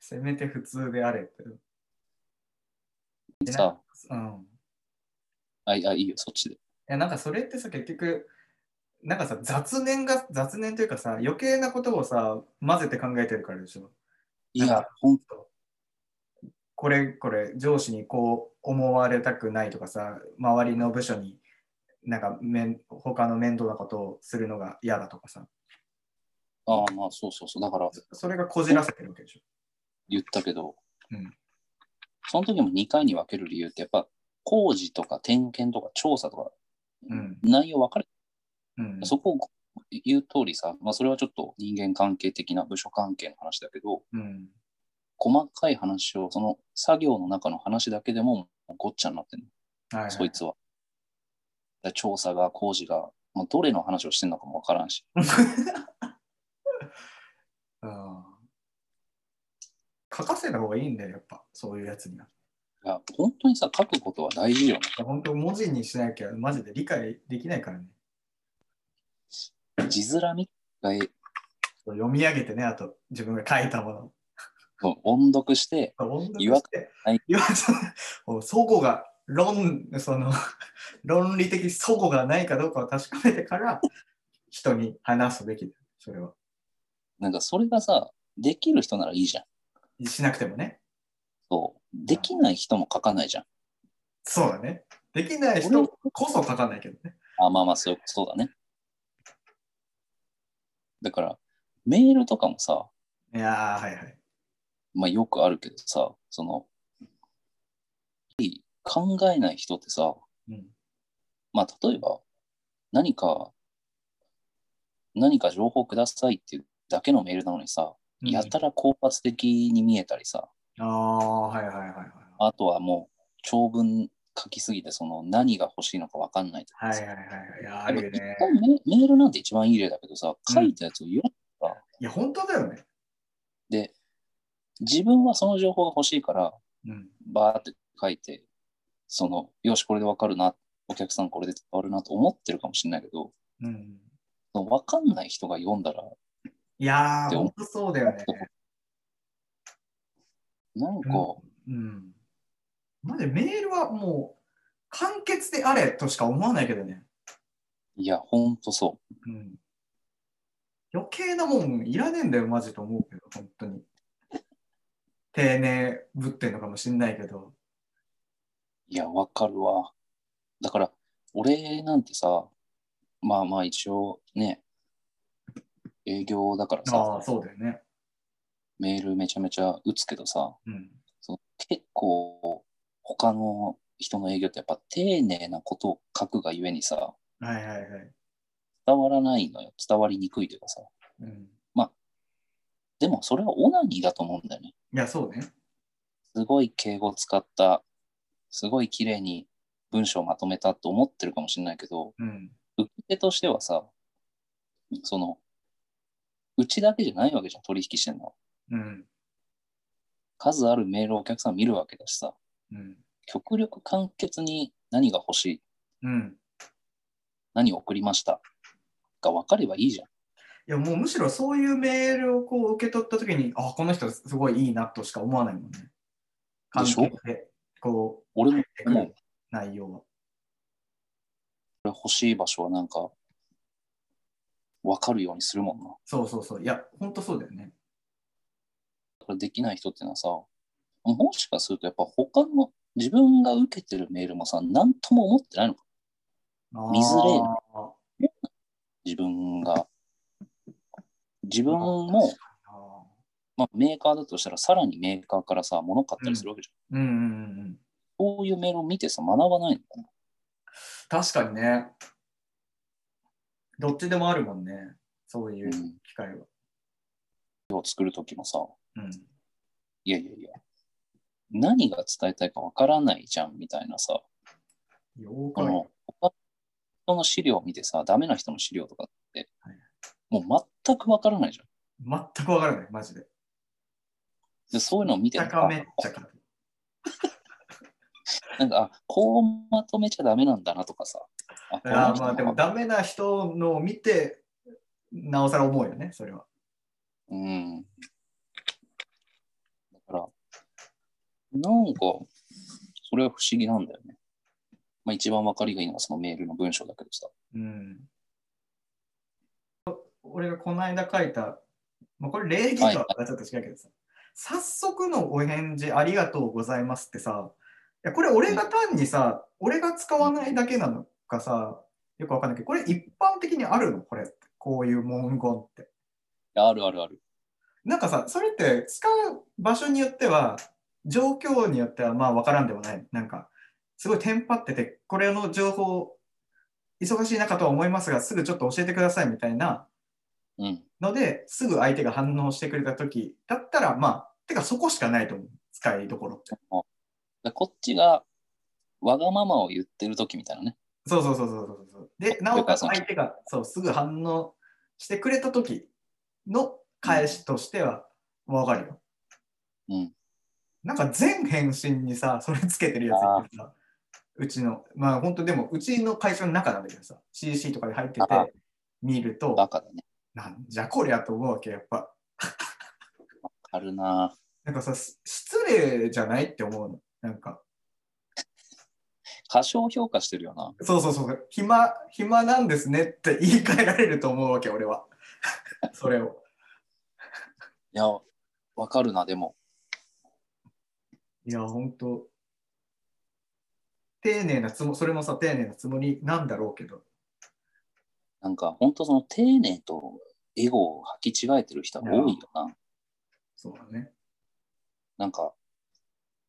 S5: せめて普通であれって。
S4: さ
S5: うん。
S4: あ、あいあいいよ、そっちで。
S5: や、なんかそれってさ、結局、なんかさ、雑念が、雑念というかさ、余計なことをさ、混ぜて考えてるからでしょ。
S4: いや、ほん、
S5: これこれ上司にこう思われたくないとかさ周りの部署になんか面他の面倒なことをするのが嫌だとかさ
S4: ああ、まあ、そうそうそう。だから、
S5: それがこじらせてるわけでしょ。
S4: 言ったけど、
S5: うん
S4: その時も2回に分ける理由って、やっぱ、工事とか点検とか調査とか、
S5: うん
S4: 内容分かれて
S5: うん
S4: そこを言う通りさ、まあ、それはちょっと人間関係的な部署関係の話だけど、
S5: うん
S4: 細かい話を、その作業の中の話だけでもごっちゃになってる、
S5: はいはい
S4: そいつは。だから調査が、工事が、まあ、どれの話をしてるのかも分からんし、
S5: うん書かせた方がいいんだよ、やっぱ、そういうやつには。
S4: いや本当にさ、書くことは大事よね。
S5: 本当、文字にしなきゃ、マジで理解できないからね。
S4: 字面みたい
S5: 読み上げてね、あと、自分が書いたもの。
S4: を音読して、
S5: 音読
S4: 違和
S5: して
S4: はい
S5: 違和感そこが論その 論理的そこがないかどうかを確かめてから人に話すべきだそれは
S4: なんかそれがさ、できる人ならいいじゃん。
S5: しなくてもね
S4: そう。できない人も書かないじゃん。
S5: そうだねできない
S4: 俺
S5: 人こそ書かないけどね
S4: あ、まあまあそう、そうだね。だから、メールとかもさ、
S5: いやーはいはい
S4: まあよくあるけどさ、その、考えない人ってさ、
S5: うん
S4: まあ例えば、何か、何か情報くださいっていうだけのメールなのにさ、
S5: うん
S4: やたら高発的に見えたりさ、
S5: ああはいはいはいはい
S4: あとはもう長文書きすぎて、その何が欲しいのか分かんないとか
S5: はい
S4: さ
S5: はいはいはいいやーあるよね
S4: 一旦メメールなんて一番いい例だけどさ、書いたやつを読ん
S5: いや本当だよね
S4: で、自分はその情報が欲しいから、
S5: うん
S4: バーって書いて、その、よし、これで分かるな、お客さんこれで伝わるなと思ってるかもしれないけど、
S5: うん
S4: その分かんない人が読んだら、
S5: いやー
S4: でも
S5: 本当そうだよね
S4: なんか、
S5: うん。までメールはもう簡潔であれとしか思わないけどね。
S4: いや、ほんとそ
S5: うん。余計なもんいらねえんだよ、マジと思うけど、本当に。丁寧ぶってんのかもしんないけど。
S4: う。いや、分かるわ。だから、俺なんてさ、まあまあ一応ね、営業だから
S5: あ
S4: さ
S5: あ、、そうだよね。
S4: メールめちゃめちゃ打つけどさ、
S5: うん。
S4: その結構他の人の営業ってやっぱ丁寧なことを書くがゆえにさ、
S5: はいはいはい。
S4: 伝わらないのよ。伝わりにくいというかさ。
S5: うん。い
S4: でもそれはオナニーだと思うんだよね。
S5: や、そうね。
S4: すごい敬語使った、すごい綺麗に文章をまとめたと思ってるかもしれないけど、
S5: うん。
S4: 受け手としてはさ、その、うちだけじゃないわけじゃん、取引してんの。
S5: うん。
S4: 数あるメールをお客さん見るわけだしさ、
S5: うん。
S4: 極力簡潔に何が欲しい、
S5: うん。
S4: 何を送りましたが分かればいいじゃん。
S5: いや、もうむしろそういうメールをこう受け取ったときに、あ、この人すごいいいなとしか思わないもんね。
S4: でしょ
S5: 簡潔で、こう、
S4: 俺ももう
S5: 内容は。
S4: 欲しい場所はなんか分かるようにするもんな。
S5: そうそうそう。いや、ほんとそうだよね。
S4: これできない人っていうのはさ、もしかするとやっぱ他の自分が受けてるメールもさ、何とも思ってないのか。見づれえな
S5: あ
S4: 自分が。自分
S5: ー
S4: も、
S5: あ
S4: まあ、メーカーだとしたらさらにメーカーからさ、物買ったりするわけじ
S5: ー。うんうんうんうん。
S4: ゃん。こういうメールを見てさ、学ばないのかな。。
S5: 確かにね。どっちでもあるもんね。そういううん機会は。
S4: を作るときもさ、
S5: うん。
S4: いやいやいや、何が伝えたいかわからないじゃんみたいなさ、
S5: よ
S4: この他の人の資料を見てさ、ダメな人の資料とかって
S5: はい、
S4: もう全くわからないじゃん。
S5: 全くわからない、マジで。
S4: でそういうのを見てなん
S5: 高
S4: か
S5: めっちゃか。
S4: なんか、あこうまとめちゃダメなんだなとかさ。あこうま
S5: あー
S4: と
S5: まあ
S4: めち
S5: で
S4: ゃ
S5: も、ダメな人のを見て、なおさら思うよね、それは。
S4: うん。だから、なんか、それは不思議なんだよね。まあ、一番分かりがいいのはそのメールの文章だけどさ。
S5: うん。お俺がこの間書いた、まあ、これ礼儀とはまたちょっと違うけどさ、早速のお返事ありがとうございますってさ、いやこれ俺が単にさ、俺が使わないだけなのかさ、よくわかんないけど、これ一般的にあるのこれって。こういう文言って。
S4: あるあるある。
S5: なんかさ、それって使う場所によっては、状況によってはまあ分からんでもない。なんか、すごいテンパってて、これの情報、忙しい中とは思いますが、すぐちょっと教えてくださいみたいな
S4: うん。
S5: ので、すぐ相手が反応してくれた時だったら、まあ、てかそこしかないと思う。使いどころって。
S4: でこっちがわがままを言ってる時みたいなね。
S5: そうそうそうそうそうそう。で、なおかつ相手がそうすぐ反応してくれた時の返しとしては分かるよ。
S4: うん。
S5: なんか全返信にさ、それつけてるやついてさ、うちの、まあ本当でも、うちの会社の中なんだけどさ、CC とかで入ってて
S4: あ
S5: 見ると、
S4: バカだね。
S5: なんじゃこりゃと思うわけ、やっぱ。
S4: あるなぁ
S5: なんかさ、す失礼じゃないって思うの。なんか、
S4: 過小評価してるよな。
S5: そうそうそう、暇、暇なんですねって言い換えられると思うわけ、俺は。それを。
S4: いや、わかるな、でも。
S5: いや、本当丁寧なつも、それもさ、丁寧なつもりなんだろうけど。
S4: なんか、本当その丁寧とエゴを履き違えてる人は多いよな。
S5: そうだね。
S4: なんか、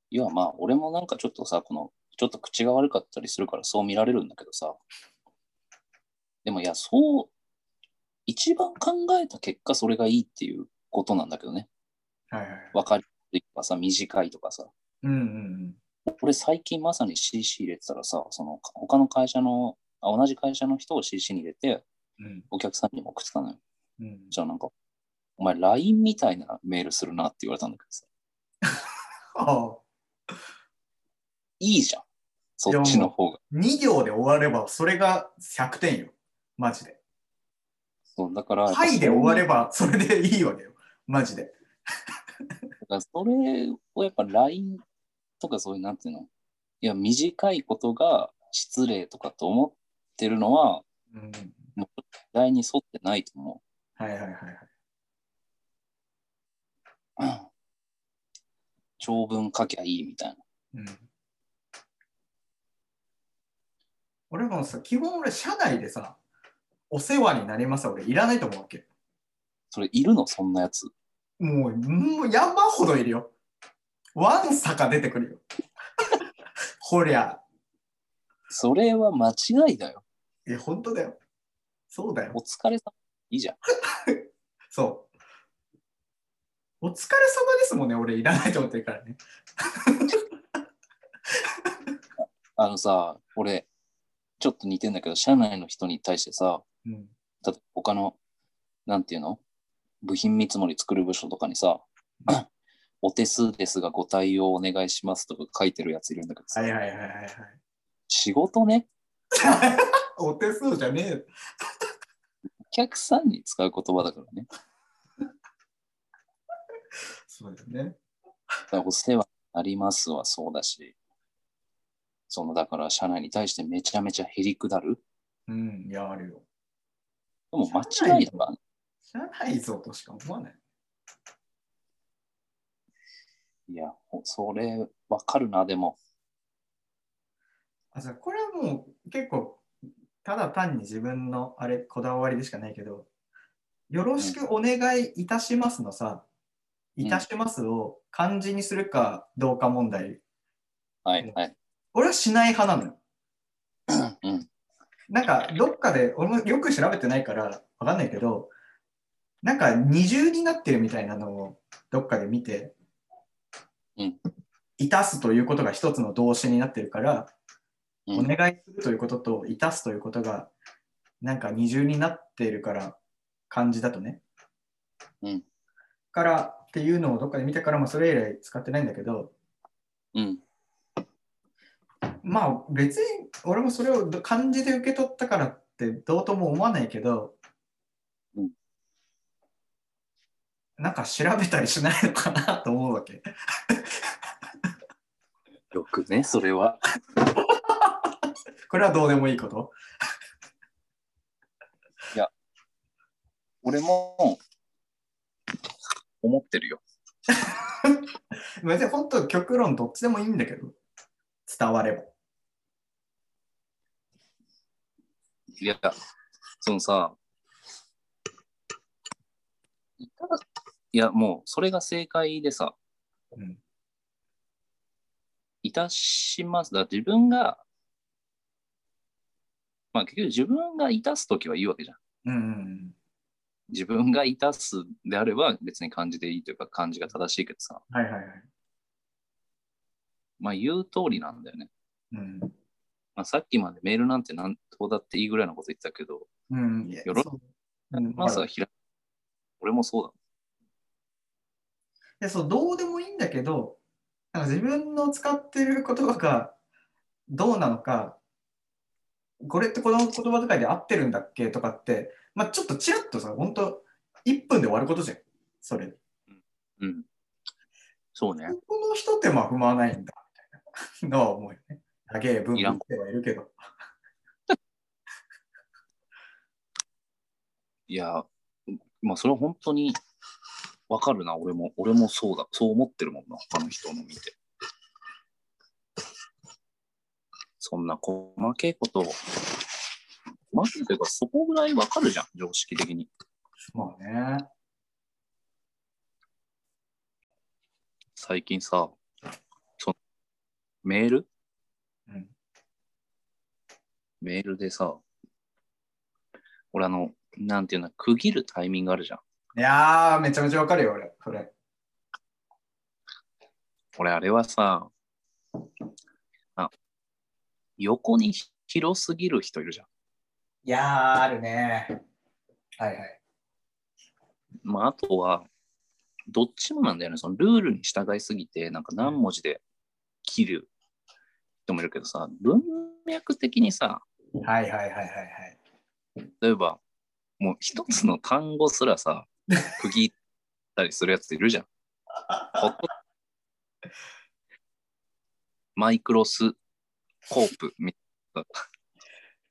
S4: 要はまあ、俺もなんかちょっとさ、この、ちょっと口が悪かったりするからそう見られるんだけどさ。でもいや、そう、一番考えた結果それがいいっていうことなんだけどね。
S5: はいはいはい。
S4: わかりやすいとかさ、短いとかさ。
S5: うんうんうん。
S4: 俺最近まさに CC 入れてたらさ、その他の会社の、あ同じ会社の人を CC に入れて、
S5: うん
S4: お客さんにも送ってたのよ。
S5: うん、
S4: じゃあなんか、お前 LINE みたいなメールするなって言われたんだけどさ、
S5: ああ
S4: いいじゃん。そっちの方が。
S5: 2行で終わればそれが100点よ。マジで。
S4: そうだから、
S5: はいで終わればそれでいいわけよ。マジで。
S4: だからそれをやっぱ LINE とかそういう、なんていうのいや、短いことが失礼とかと思ってるのは、
S5: うん、
S4: 時代に沿ってないと思
S5: はいはいはいはい。
S4: う。 長文書きゃいいみたいな。
S5: うん、俺もさ、基本俺、社内でさ、お世話になりますは俺、いらないと思うわけ。
S4: それいるのそんなやつ。
S5: もう、もう山ほどいるよ。ワンサか出てくるよ。ほりゃ、
S4: それは間違いだよ。
S5: いや、本当だよ。そうだよ
S4: お。疲れ様。いいじゃん。
S5: そう。お疲れ様ですもんね、俺、いらないと思ってるからね。
S4: あのさ、俺、ちょっと似てんだけど、社内の人に対してさ、
S5: うん。
S4: 例えば他の、なんていうの部品見積もり作る部署とかにさ、お手数ですがご対応お願いしますとか書いてるやついるんだけどさ、
S5: はいはいはいはいはい。
S4: 仕事ね、
S5: お手数じゃねえよ。
S4: お客さんに使う言葉だからね。
S5: そうだよね。
S4: だからお世話になりますはそうだし、そのだから社内に対してめちゃめちゃへりくだる。
S5: うん、いや、あるよ。
S4: でも間違いだからね
S5: 社内像としか思わない。
S4: いや、ほそれわかるな、でも。
S5: あ、じゃあこれはもう結構、ただ単に自分のあれ、こだわりでしかないけど、よろしくお願いいたしますのさ、
S4: うん
S5: いたしますを漢字にするかどうか問題。
S4: はい、はい。
S5: 俺はしない派なのよ。
S4: うん。
S5: なんか、どっかで、俺もよく調べてないから、わかんないけど、なんか二重になってるみたいなのをどっかで見て、
S4: うん
S5: いたすということが一つの動詞になってるから、
S4: うん
S5: お願いするということと、いたすということが、なんか二重になってるから、漢字だとね。
S4: うん
S5: からっていうのをどっかで見たから、まあ、それ以来使ってないんだけど、
S4: うん。
S5: まあ別に俺もそれを漢字で受け取ったからってどうとも思わないけど、
S4: うん
S5: なんか調べたりしないのかなと思うわけ。
S4: よくね、それは。
S5: これはどうでもいいこと
S4: 俺も、思ってるよ。
S5: 別に本当極論どっちでもいいんだけど、伝われば。
S4: いや、そのさ、いただいや、もう、それが正解でさ、
S5: うん。
S4: いたします。だから自分が、まあ結局自分がいたすときはいいわけじゃん。
S5: うんうん
S4: 自分がいたすであれば別に漢字でいいというか漢字が正しいけどさ、
S5: うん。はいはいはい。
S4: まあ言う通りなんだよね。
S5: うん。
S4: まあさっきまでメールなんて何とだっていいぐらいのこと言ってたけど、
S5: うん。いや
S4: よろ
S5: そううん
S4: まずはひら、俺もそうだ。
S5: でそうどうでもいいんだけどなんか自分の使ってる言葉がどうなのかこれってこの言葉遣いで合ってるんだっけとかって、まあ、ちょっとちらっとさ本当1分で終わることじゃんそれ
S4: うん。そうね。
S5: このひと手間踏まないんだみたいなのは思うよね長え文
S4: い
S5: 言
S4: ら
S5: っ
S4: ん
S5: てはいるけど
S4: いや、まあそれは本当にわかるな。俺も、俺もそうだ。そう思ってるもんな。他の人の見て。そんな細けいことを。細けいというか、そこぐらいわかるじゃん。常識的に。
S5: まあね
S4: 最近さ、そメール、
S5: うん
S4: メールでさ、俺あの、なんていうの、区切るタイミングあるじゃん。
S5: いやーめちゃめちゃわかるよ俺それ
S4: 俺あれはさ、あ、横に広すぎる人いるじゃん。
S5: いやーあるねはいはい
S4: まああとは、どっちもなんだよね。そのルールに従いすぎて、なんか何文字で切る人もいるけどさ、文脈的にさ、
S5: はいはいはいはいはい
S4: 例えば、もう一つの単語すらさ、区切ったりするやついるじゃん。ほっとマイクロスコープみ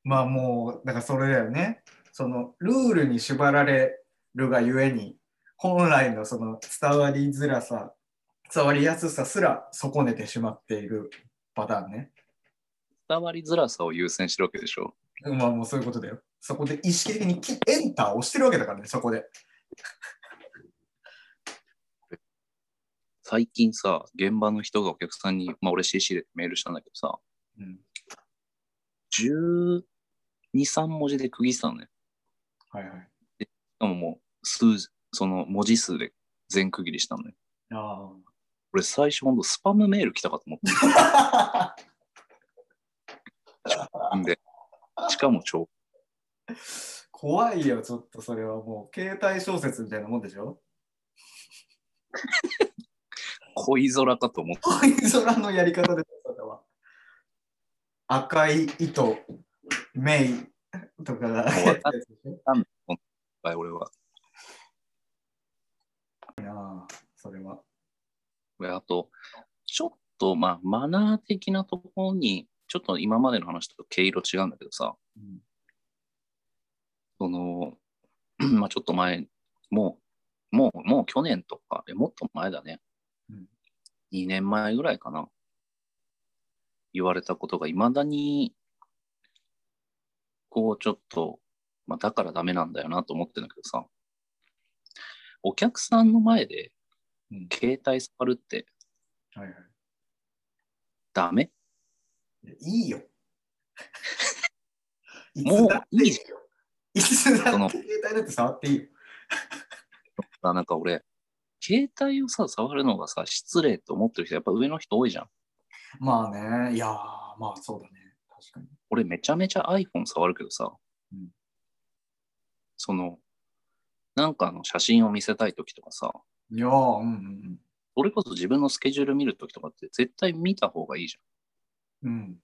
S5: まあもう、だからそれだよね。そのルールに縛られるがゆえに、本来のその伝わりづらさ、伝わりやすさすら損ねてしまっているパターンね。
S4: 伝わりづらさを優先してるわけでしょ。
S5: まあもうそういうことだよ。そこで意識的にキエンターを押してるわけだからね、そこで。
S4: 最近さ、現場の人がお客さんに、まあ俺 CC でメールしたんだけどさ、
S5: うん。
S4: 12、3文字で区切ってたのね。
S5: はいはい。
S4: しかももう数字、その文字数で全区切りしたのね。
S5: あ
S4: 俺最初ほんとスパムメール来たかと思って
S5: あ。
S4: たんで、しかも超、
S5: 怖いよ、ちょっとそれはもう、携帯小説みたいなもんでしょ
S4: 恋空かと思って
S5: 恋空のやり方です、それは。赤い糸、メイとかが
S4: う
S5: やったやつでしょ。
S4: たよ俺は。
S5: いやーそれは。
S4: あと、ちょっと、まあ、マナー的なところに、ちょっと今までの話と毛色違うんだけどさ、
S5: うん
S4: その、 まあ、ちょっと前、もう、もう、もう去年とか、いやもっと前だね
S5: うん。
S4: 2年前ぐらいかな。言われたことが、いまだに、こう、ちょっと、まあ、だからダメなんだよなと思ってんだけどさ、お客さんの前で
S5: うん、
S4: 携帯触るって
S5: はいは
S4: ダメ
S5: い。いいよ。い
S4: もう
S5: つだって
S4: いい
S5: よ。いつだ
S4: そ
S5: っ
S4: の
S5: て携帯だって触っていいよ。
S4: あなんか俺、携帯をさ、触るのがさ、失礼と思ってる人、やっぱ上の人多いじゃん。
S5: まあね、いやーまあそうだね。確かに。
S4: 俺、めちゃめちゃ iPhone 触るけどさ、
S5: うん
S4: その、なんかの写真を見せたいときとかさ、
S5: いやーうんうん
S4: それこそ自分のスケジュール見るときとかって絶対見た方がいいじゃん。
S5: うん。うん。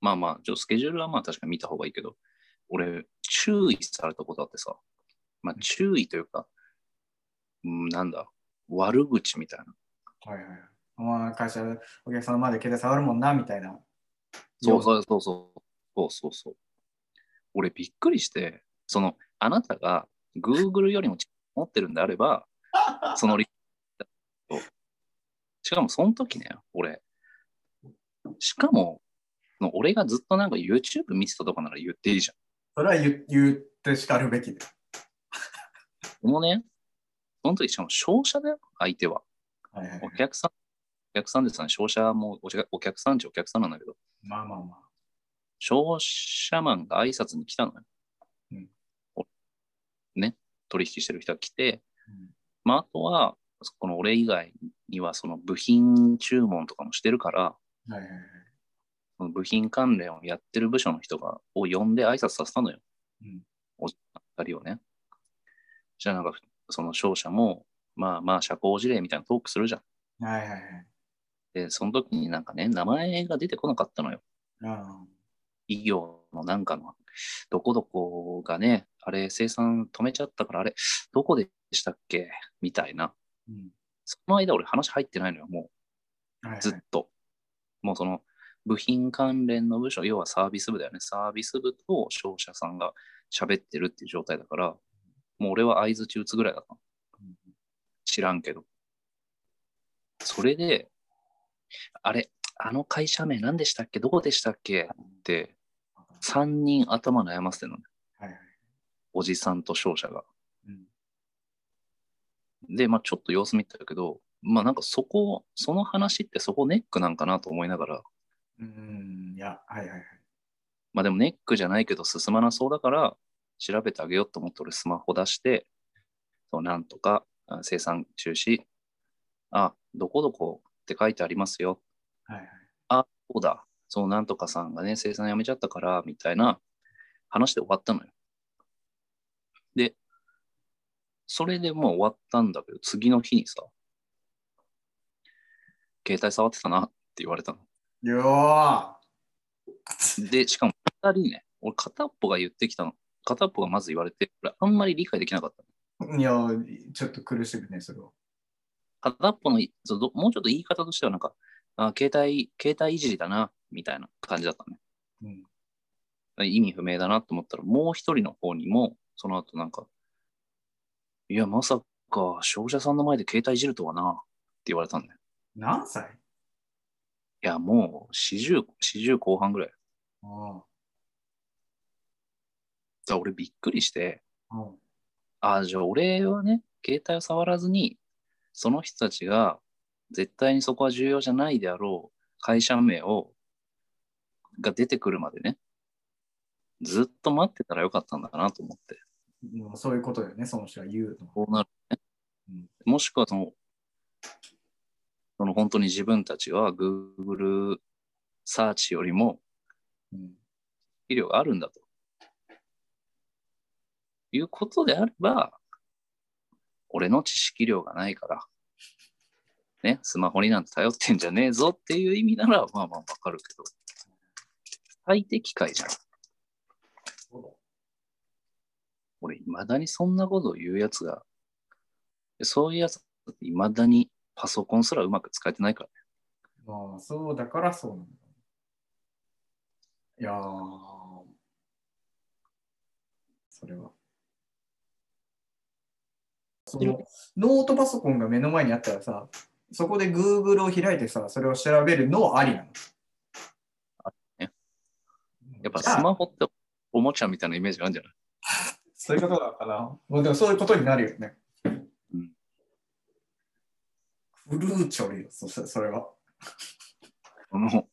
S4: まあまあ、ちょスケジュールはまあ確かに見た方がいいけど、俺、注意されたことあってさ、まあ注意というか、うん、なんだ、悪口みたいな。
S5: はいはいはい。お前会社、お客さんまで携帯触るもんな、みたいな。
S4: そうそうそうそう。そうそうそう。俺びっくりして、その、あなたが Google よりもちっちゃい持ってるんであれば、そのリしかもその時ね、俺、しかも、その俺がずっとなんか YouTube 見てたとかなら言っていいじゃん。
S5: それは言言ってしかるべきです。
S4: このね、その時しかも商社だよ、相手は。
S5: はいはい
S4: お客さん、お客さんですね、商社もお客お客さんっちゃお客さんなんだけど、
S5: まあまあまあ。
S4: 商社マンが挨拶に来たのよ。
S5: うん
S4: おね、取引してる人が来て、
S5: うん
S4: まあ、あとは、この俺以外には、その部品注文とかもしてるから、
S5: はいはいはい。
S4: その部品関連をやってる部署の人がを呼んで挨拶させたのよ。
S5: うん
S4: おじ二人をね。じゃあなんか、その商社も、まあまあ社交辞令みたいなトークするじゃん。
S5: はいはいはい。
S4: で、その時になんかね、名前が出てこなかったのよ。
S5: うん
S4: 企業のなんかの、どこどこがね、あれ生産止めちゃったから、あれ、どこでしたっけみたいな。
S5: うん。
S4: その間俺話入ってないのよ、も
S5: はいは
S4: う
S5: い
S4: ずっと。もうその部品関連の部署、要はサービス部だよね。サービス部と商社さんが喋ってるっていう状態だから、もう俺は合図打つぐらいだったの
S5: うん
S4: 知らんけど。それで、あれ、あの会社名何でしたっけどこでしたっけって、3人頭悩ませてるのね
S5: はいはい。
S4: おじさんと商社が。
S5: うん
S4: で、まあちょっと様子見てたけど、まあなんかそこ、その話ってそこネックなんかなと思いながら、
S5: うん。いや、はいはいはい。
S4: まあでもネックじゃないけど進まなそうだから、調べてあげようと思って俺スマホ出して、そうなんとかあ生産中止、あ、どこどこって書いてありますよ。
S5: はいはい。
S4: あ、そうだ。そうなんとかさんがね、生産やめちゃったから、みたいな話で終わったのよ。で、それでもう終わったんだけど、次の日にさ、携帯触ってたなって言われたの。
S5: よー
S4: で、しかも二人ね、俺片っぽが言ってきたの。片っぽがまず言われて、俺あんまり理解できなかった。
S5: いや、ちょっと苦しいね、それは。
S4: 片っぽのいそうど、もうちょっと言い方としてはなんか、あ携帯、携帯いじりだな、みたいな感じだったね。
S5: うん。
S4: 意味不明だなと思ったら、もう一人の方にも、その後なんか、いや、まさか、商社さんの前で携帯いじるとはな、って言われたんだよ。
S5: 何歳
S4: いや、もう、40、40後半ぐらい。だか
S5: あ
S4: ら俺びっくりして、
S5: あ。うん。
S4: ああ、じゃあ俺はね、携帯を触らずに、その人たちが、絶対にそこは重要じゃないであろう、会社名を、が出てくるまでね、ずっと待ってたらよかったんだなと思って。
S5: もうそういうことだよね、その人が言うのは。
S4: こうなるね。もしくはその、その本当に自分たちは Google サーチよりも
S5: うん。
S4: 医療があるんだと。いうことであれば、俺の知識量がないから、ね、スマホになんて頼ってんじゃねえぞっていう意味なら、まあまあわかるけど、最適解じゃん。
S5: そうだ
S4: 俺、いまだにそんなことを言うやつが、そういうやつっていまだにパソコンすらうまく使えてないから、ね、
S5: まあ、そうだからそうなんだ。いやー、それは。そのノートパソコンが目の前にあったらさ、そこで Google を開いてさ、それを調べるのはありなの。
S4: ねやっぱ
S5: じゃあ
S4: スマホっておもちゃみたいなイメージがあるんじゃない
S5: そういうことだから、もうでもそういうことになるよね。
S4: うん。
S5: フルーチョリよ、そそれは。
S4: この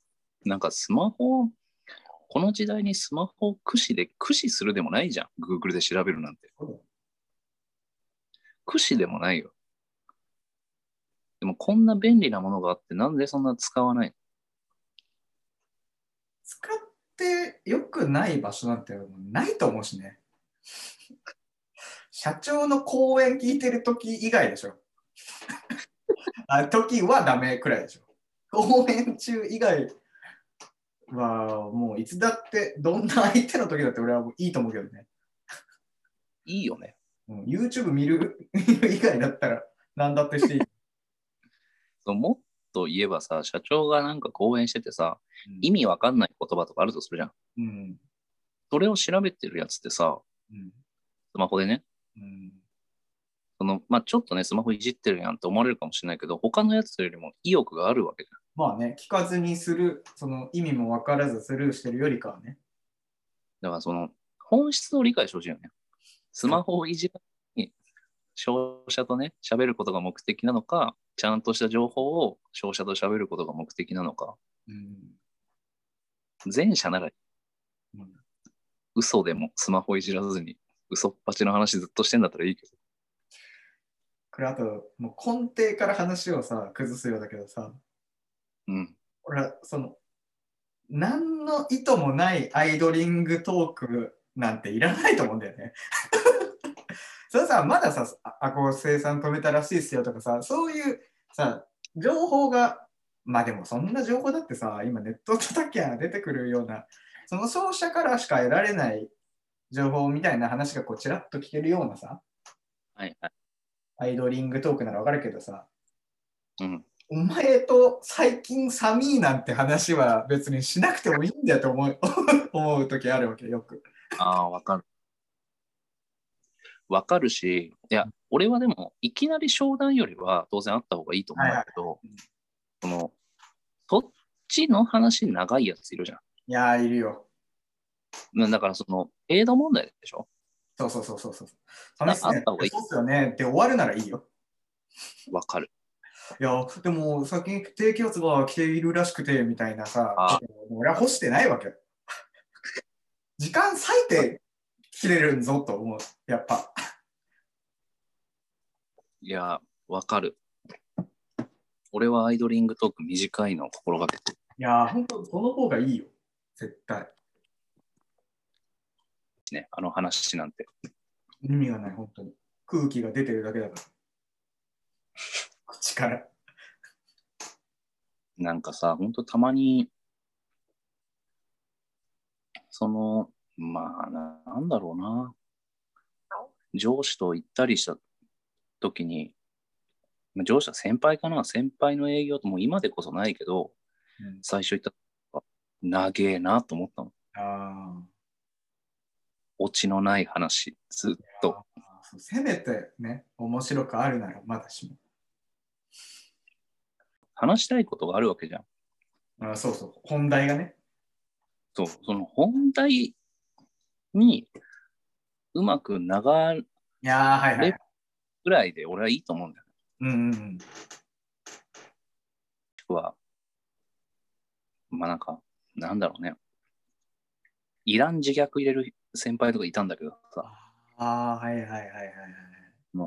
S4: なんかスマホ、この時代にスマホを駆使で、駆使するでもないじゃん。Google で調べるなんて
S5: うん。
S4: 駆使でもないよ。でもこんな便利なものがあって、なんでそんな使わない
S5: 使って良くない場所なんてもうないと思うしね。社長の講演聞いてる時以外でしょ。あ時はダメくらいでしょ。講演中以外はもういつだってどんな相手の時だって俺はもういいと思うけどね。
S4: いいよね。
S5: うん、YouTube 見る以外だったら何だってしていい。
S4: そのもっといえばさ、社長がなんか講演しててさ、
S5: うん
S4: 意味わかんない言葉とかあるとするじゃん。
S5: うん。
S4: それを調べてるやつってさ、
S5: うん。
S4: スマホでね、
S5: うん。
S4: そのまあ、ちょっとね、スマホいじってるやんって思われるかもしれないけど、他のやつよりも意欲があるわけじゃん。
S5: まあね、聞かずにする、その意味も分からずスルーしてるよりかはね。
S4: だからその本質を理解してほしいよね。スマホをいじらずに消費者とね、喋ることが目的なのか、ちゃんとした情報を消費者と喋ることが目的なのか、
S5: うん。
S4: 前者なら
S5: うん
S4: 嘘でもスマホいじらずに、嘘っぱちの話ずっとしてんだったらいいけど、
S5: これあと、もう根底から話をさ、崩すようだけどさ、
S4: うん、
S5: 俺はその、何の意図もないアイドリングトークなんていらないと思うんだよね。 それさ、まださ、ああ、こう生産止めたらしいっすよとかさ、そういうさ、情報が、まあでもそんな情報だってさ、今ネット叩きゃ出てくるような、その奏者からしか得られない情報みたいな話がこうちらっと聞けるようなさ、
S4: はいはい。
S5: アイドリングトークならわかるけどさ、
S4: うん、
S5: お前と最近寒いなんて話は別にしなくてもいいんだよと思う 思う時あるわけよく。
S4: ああ、わかる。わかるし、いや、俺はでも、いきなり商談よりは当然あった方がいいと思うんだけど
S5: いはいうん、
S4: その、そっちの話長いやついるじゃん。
S5: いやー、いるよ。
S4: なだからその、エイド問題でしょ
S5: そうそうそうそうそう。寒いっす
S4: ああ
S5: ね
S4: った方がいい
S5: そうっすよね。で終わるならいいよ。
S4: わかる。
S5: いやー、でも最近低気圧が来ているらしくてみたいなさ
S4: あ、
S5: もう俺は干してないわけよ。 時間割いて切れるんぞと思う。やっぱ。
S4: いや、わかる。俺はアイドリングトーク短いのを心がけてる
S5: いやー、本当その方がいいよ。絶対。
S4: しね、あの話なんて。
S5: 意味がない、本当に。空気が出てるだけだから。口から。
S4: なんかさ、ほんとたまに、その、まあ、ななんだろうな。上司と行ったりした時に、まあ上司は先輩かな先輩の営業ともう今でこそないけど、
S5: うん
S4: 最初行った時は、長えなと思ったの。
S5: あー
S4: オチのない話、ずっと。
S5: そうせめてね、面白くあるならまだしも。
S4: 話したいことがあるわけじゃん。
S5: あそうそう、本題がね。
S4: そう、その本題にうまく流る
S5: いやー、はいはい。
S4: ぐらいで俺はいいと思うんだよ。
S5: うんうんうん。
S4: は、まあなんか、なんだろうね。いらん自虐入れる先輩とかいたんだけどさ、
S5: あー、はいはいはいはいは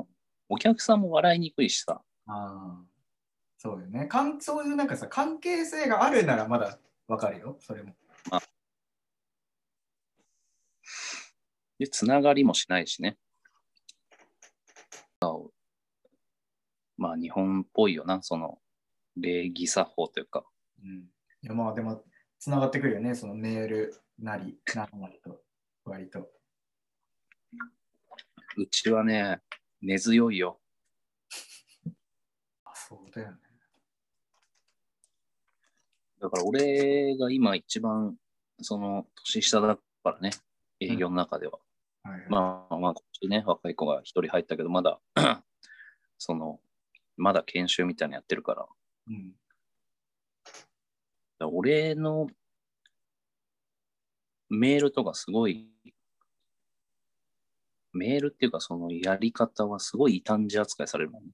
S5: い。
S4: お客さんも笑いにくいしさ、
S5: あーそうよね。関そういうなんかさ、関係性があるならまだわかるよ、それも。
S4: で、つながりもしないしね。まあ日本っぽいよな、その礼儀作法というか。
S5: うん。いや、まあでも、つながってくるよね、そのメールなり、なんなりと、割と。
S4: うちはね、根強いよ。
S5: あそうだよね。
S4: だから俺が今一番その年下だからね、営業の中では。
S5: はいはい、
S4: まあまあ、こっちね、若い子が一人入ったけど、まだ、 その、まだ研修みたいなのやってるから、だか
S5: うん。
S4: ら俺のメールとかすごい、メールっていうかそのやり方はすごい異端児扱いされるもんね。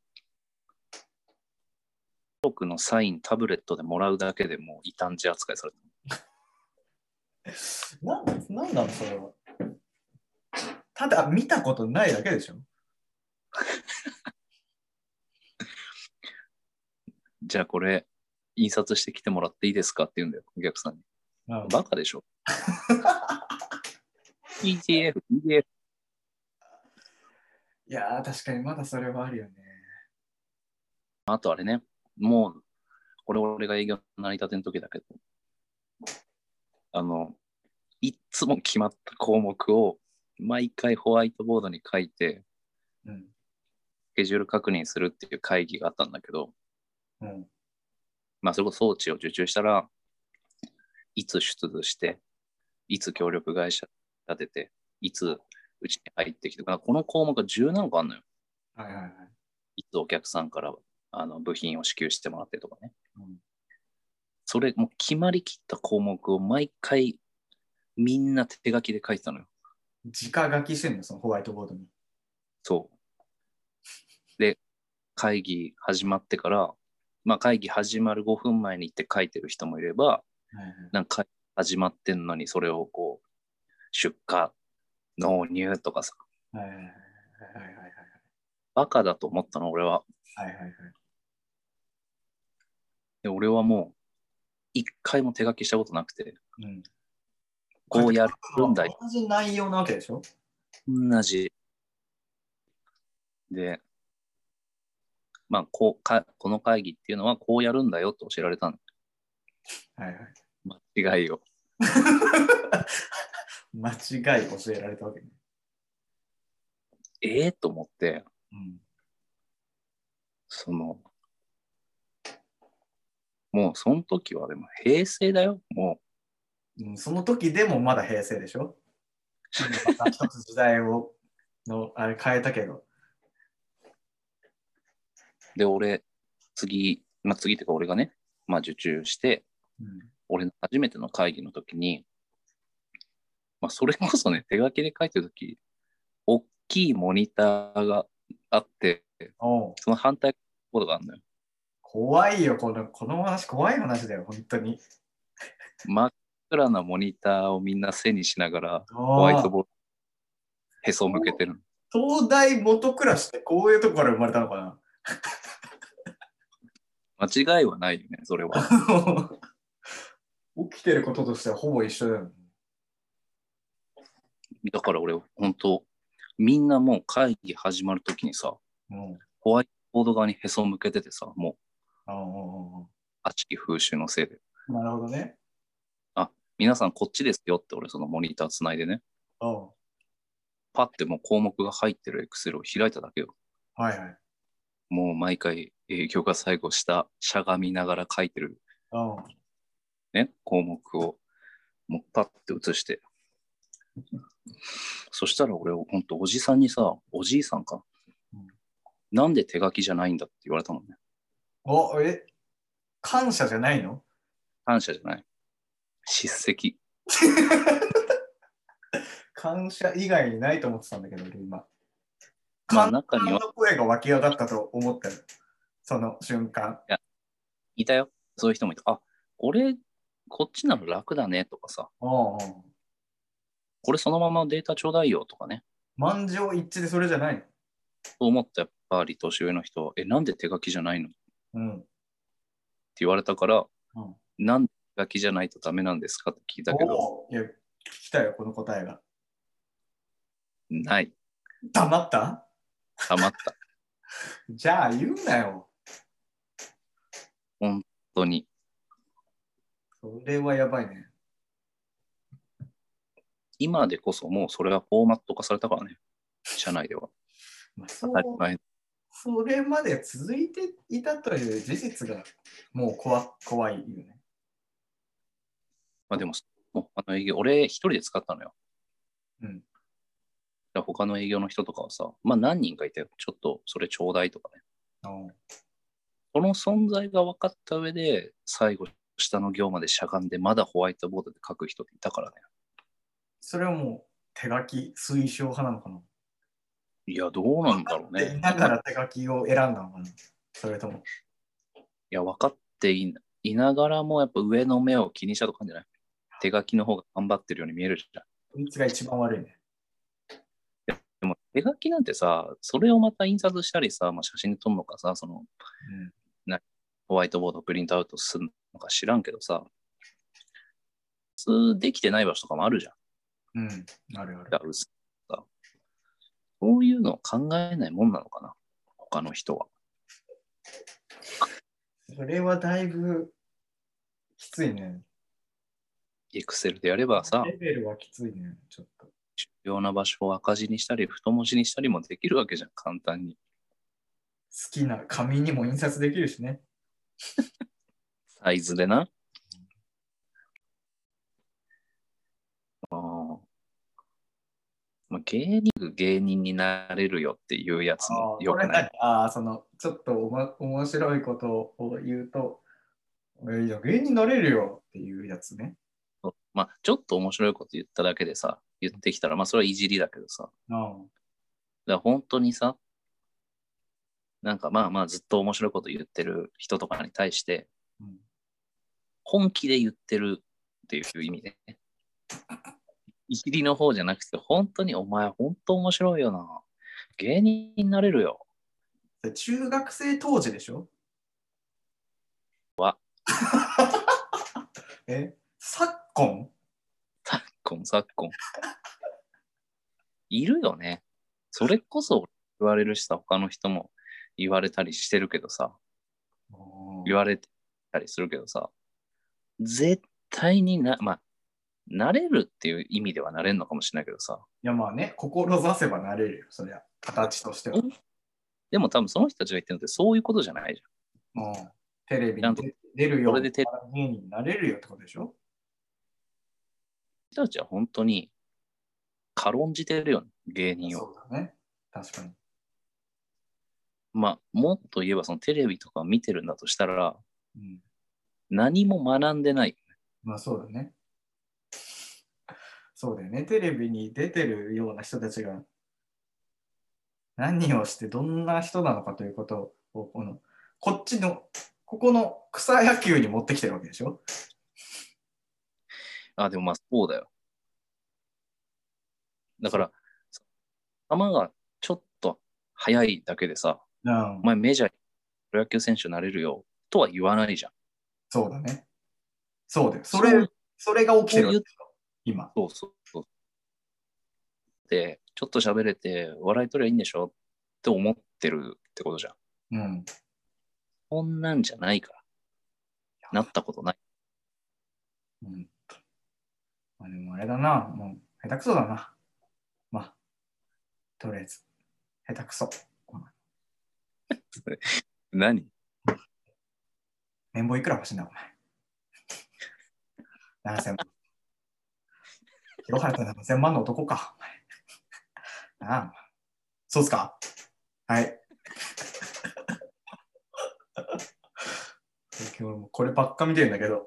S4: 僕のサインタブレットでもらうだけでもう異端児扱いされてる
S5: ななんなのそれはただ見たことないだけでしょ
S4: じゃあこれ、印刷してきてもらっていいですかって言うんだよ、お客さんに。バカでしょ ?PDF、PDF。
S5: いやー確かにまだそれはあるよね。
S4: あとあれね、もう、これ俺が営業成り立ての時だけど、あの、いっつも決まった項目を毎回ホワイトボードに書いて、
S5: うん。
S4: スケジュール確認するっていう会議があったんだけど、
S5: うん。
S4: まあ、それこそ装置を受注したら、いつ出図して、いつ協力会社立てて、いつうちに入ってきて、この項目が10何個あるのよ。
S5: はいはいはい。
S4: いつお客さんからあの部品を支給してもらってとかね。
S5: うん
S4: それ、もう決まりきった項目を毎回みんな手書きで書いてたのよ。
S5: 直書きしてんの、そのホワイトボードに。
S4: そう。で、会議始まってから、まあ会議始まる5分前に行って書いてる人もいれば、
S5: はいはい
S4: なんか始まってんのにそれをこう、出荷、納入とかさ、
S5: はいはいはいはいはい
S4: バカだと思ったの、俺は。
S5: はいはいはい。
S4: で、俺はもう、一回も手書きしたことなくて、
S5: うん。
S4: こうやるんだよ、
S5: 同じ内容なわけでしょ
S4: 同じ。で、まあこうか、この会議っていうのはこうやるんだよって教えられたの。
S5: はい はい。
S4: 間違いを。
S5: 間違い教えられたわけね。
S4: ええと思って、
S5: うん。
S4: その、もうその時はでも平成だよ、も
S5: うん、その時でもまだ平成で しょまた一つ時代をのあれ変えたけど。
S4: う。で、俺、次、まあ次っていうか俺がね、まあ受注して、
S5: うん、
S4: 俺の初めての会議の時に、まあそれこそね、手書きで書いてる時、大きいモニターがあって、
S5: おう
S4: その反対ことがあるのよ。
S5: 怖いよ、このこの話、怖い話だよ、本当に。
S4: 真っ暗なモニターをみんな背にしながら、ホ
S5: ホ
S4: ワイトボード、へそを向けてるの。
S5: 東大元暮らしってこういうとこから生まれたのかな
S4: 間違いはないよね、それは。
S5: 起きてることとしてはほぼ一緒だよね。
S4: だから俺、本当みんなもう会議始まるときにさ、
S5: うん。
S4: ホワイトボード側にへそを向けててさ、もう、
S5: ああ
S4: あちき風習のせいで、
S5: なるほどね。
S4: 皆さんこっちですよって俺、そのモニターつないでね、
S5: うん。
S4: パッてもう項目が入ってるエクセルを開いただけよ。
S5: はいはい。
S4: もう毎回、営業が最後した、しゃがみながら書いてる
S5: うん。
S4: ね、項目を、もうパッて写して。そしたら俺、ほんとおじさんにさ、おじいさんか
S5: うん。
S4: なんで手書きじゃないんだって言われたもんね。
S5: お、え、感謝じゃないの
S4: 感謝じゃない。叱責。
S5: 感謝以外にないと思ってたんだけど、俺今。
S4: まあ
S5: 感
S4: 中に
S5: 感
S4: は
S5: の声が湧き上がったと思ったよその瞬間。
S4: いたよ。そういう人もいた。あ、俺、こっちなら楽だねとかさ、
S5: おうおう
S4: これそのままデータちょうだいよとかね。
S5: 満場一致でそれじゃないの
S4: と思ったやっぱり年上の人は、え、なんで手書きじゃないのって
S5: うん。
S4: 言われたから、
S5: うん
S4: なんで手書きじゃないとダメなんですかって聞いたけど、
S5: おういや、聞きたよ、この答えが。
S4: ない。
S5: 黙った
S4: たまった。
S5: じゃあ言うなよ。
S4: 本当に。
S5: それはやばいね。
S4: 今でこそもうそれはフォーマット化されたからね、社内では。
S5: まあ、そ
S4: 当たり
S5: う
S4: 前。
S5: それまで続いていたという事実がもう怖怖いよね。
S4: まあでも、もうあの営業、俺一人で使ったのよ。
S5: うん
S4: だから他の営業の人とかはさ、まあ何人かいて、ちょっとそれちょうだいとかね。その存在が分かった上で、最後、下の行までしゃがんで、まだホワイトボードで書く人っていたからね。
S5: それはもう手書き推奨派なのかない
S4: や、どうなんだろう
S5: で
S4: ね。
S5: だから手書きを選んだのかなそれとも。
S4: いや、分かっていないながらも、やっぱ上の目を気にしたとかあるんじゃない手書きの方が頑張ってるように見えるじゃん。
S5: こいつが一番悪いね。
S4: でも手書きなんてさ、それをまた印刷したりさ、まあ、写真で撮るのかさ、そのホワイトボードプリントアウトするのか知らんけどさ、普通できてない場所とかもあるじゃん。
S5: うん。うん。ある
S4: だ
S5: ある。
S4: から薄いさそういうのを考えないもんなのかな、他の人は。
S5: それはだいぶきついね。
S4: エクセルでやればさ、
S5: レベルはきついね。ちょっと。
S4: 重要な場所を赤字にしたり、太文字にしたりもできるわけじゃん、簡単に。
S5: 好きな紙にも印刷できるしね。
S4: サイズでな。あーまあ、芸人、芸人になれるよっていうやつもよくない。
S5: ああ、その、ちょっとおも面白いことを言うと、えいや、芸人になれるよっていうやつね。
S4: そうまあ、ちょっと面白いこと言っただけでさ、言ってきたら、まあ、それはいじりだけどさ、だか
S5: うん。
S4: ら本当にさ、なんかまあまあ、ずっと面白いこと言ってる人とかに対して、
S5: うん
S4: 本気で言ってるっていう意味で、ね、いじりの方じゃなくて、本当にお前、本当面白いよな。芸人になれるよ。
S5: それ中学生当時でしょ
S4: わ。
S5: え、昨今
S4: 昨今、昨今。いるよね。それこそ言われるしさ、他の人も言われたりしてるけどさ、言われたりするけどさ、絶対にな、まあ、なれるっていう意味ではなれんのかもしれないけどさ、
S5: いやまあね、志せばなれるよ、そりゃ。形としては。
S4: うんでも多分その人たちが言ってるのってそういうことじゃないじ
S5: うんテレビ
S4: ちゃ
S5: に
S4: んと
S5: 出るよ、
S4: それでテレ
S5: 芸人になれるよってことでしょ
S4: ゃん。人たちは本当に軽んじてるよね、芸人
S5: そ
S4: を。
S5: うだね。確かに。
S4: まあ、もっと言えばそのテレビとか見てるんだとしたら、
S5: うん、
S4: 何も学んでない。
S5: まあそうだね。そうだよね。テレビに出てるような人たちが何をしてどんな人なのかということをこのこっちのここの草野球に持ってきてるわけでしょ
S4: あ、でもまあそうだよ。だから、球がちょっと速いだけでさ、
S5: うん
S4: お前メジャープロ野球選手になれるよとは言わないじゃん。
S5: そうだね。そうだよ。そ
S4: そうい
S5: れ
S4: う、
S5: それが起きてるわけでしょ今。
S4: そうそうそう。で、ちょっと喋れて笑い取りゃいいんでしょって思ってるってことじゃん。
S5: うん。
S4: こんなんじゃないから。なったことない。
S5: うんまあ、でもあれだな、もう下手くそだな。まあ、とりあえず、下手くそ。
S4: 何
S5: 年俸いくら欲しいんだ、お前。7000万。広原さん7000万の男か、お前。なあ、そうっすかはい。最近俺もうこればっか見てるんだけど。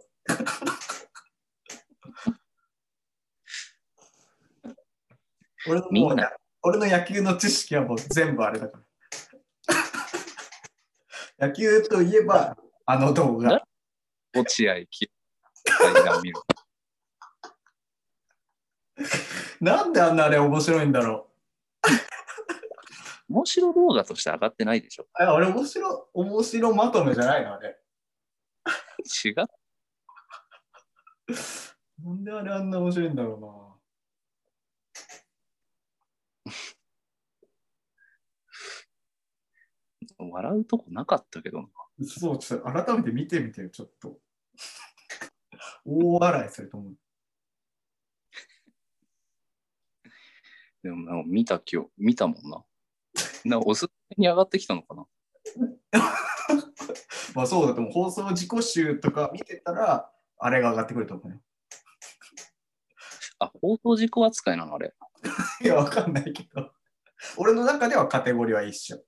S5: 俺のも
S4: み
S5: うん
S4: な
S5: 俺の野球の知識はもう全部あれだから。野球といえば、あの動画。
S4: 落合き対談見る。
S5: なんであんなあれ面白いんだろ
S4: 面白動画として上がってないでしょ。
S5: う。ああれ面白、面白まとめじゃないのあれ。
S4: 違う。
S5: なんであれあんな面白いんだろ
S4: 笑うとこなかったけどな。
S5: うな。そう、ちょっと改めて見てみてよ、ちょっと。 大笑いすると思う。
S4: でもなんか見た今日、見たもんな。なんかおすすめに上がってきたのかな
S5: まあそうだと思う。放送事故集とか見てたら、あれが上がってくると思うよ。
S4: あ、放送事故扱いなのあれ。
S5: いや、わかんないけど。俺の中ではカテゴリーは一緒。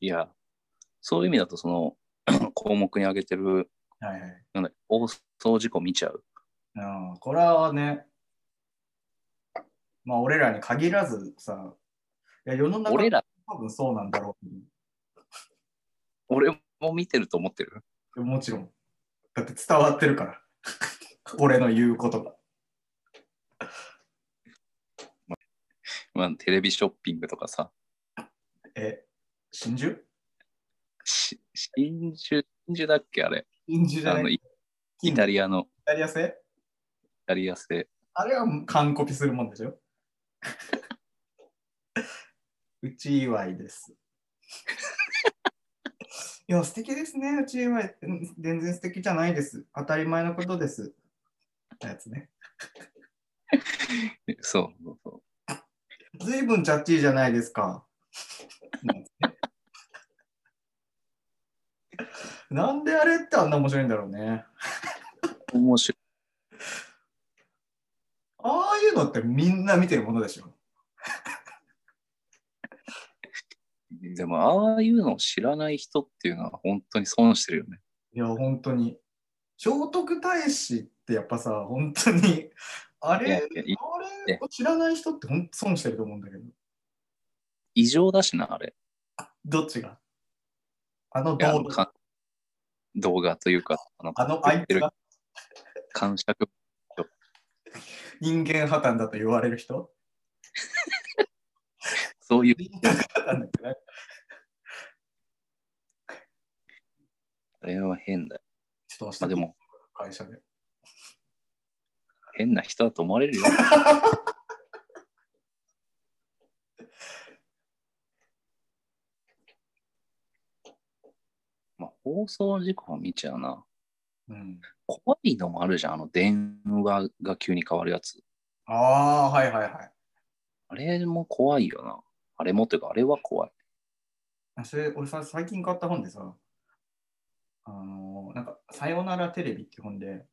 S4: いや、そういう意味だとその 項目に上げてる、
S5: はいはい。
S4: なんだ放送事故見ちゃう。
S5: うん、これはね、まあ俺らに限らずさ、いや世の中
S4: 俺ら、
S5: 多分そうなんだろうけど。
S4: 俺も見てると思ってる。
S5: もちろん。だって伝わってるから。 俺の言うことが。
S4: まあ、テレビショッピングとかさ、
S5: え、真珠
S4: し真珠、真珠だっけあれ。
S5: 真珠じゃ
S4: あ
S5: な
S4: の、
S5: い
S4: イイタリアの、イ
S5: イタリア製
S4: タリア製。
S5: あれは完コピするもんでしょ うち祝いです。 いや、素敵ですね。うち祝いって。うん全然素敵じゃないです。当たり前のことです。ってやつね。
S4: そうそうそう。
S5: ずいぶんチャッチーじゃないですか。なんつって なんであれってあんな面白いんだろうね。
S4: 面白い。
S5: ああいうのってみんな見てるものでしょ。
S4: でも、ああいうのを知らない人っていうのは本当に損してるよね。
S5: いや、本当に。聖徳太子ってやっぱさ、本当に、あれ、
S4: いやいやい
S5: あれを知らない人って本当損してると思うんだけど、
S4: 異常だしな、あれ。
S5: どっちがあ
S4: い
S5: の
S4: やあの
S5: 動画、
S4: か動画というか、あの
S5: あのあいつが
S4: 感触。
S5: 人間破綻だと言われる人
S4: そういう、
S5: 人間破綻だってない
S4: あれは変だよ。
S5: ちょっ
S4: まあ
S5: と明日
S4: でも、
S5: 会社で。
S4: 変な人だと思われ るよ。まあ、放送事故を見ちゃうな。
S5: うん、
S4: 怖いのもあるじゃん、あの電話が急に変わるやつ。
S5: ああー、はいはいはい。
S4: あれも怖いよな。あれもというか、あれは怖い。
S5: あそれ俺さ最近買った本でさ「あのーなんかさよならテレビ」って本で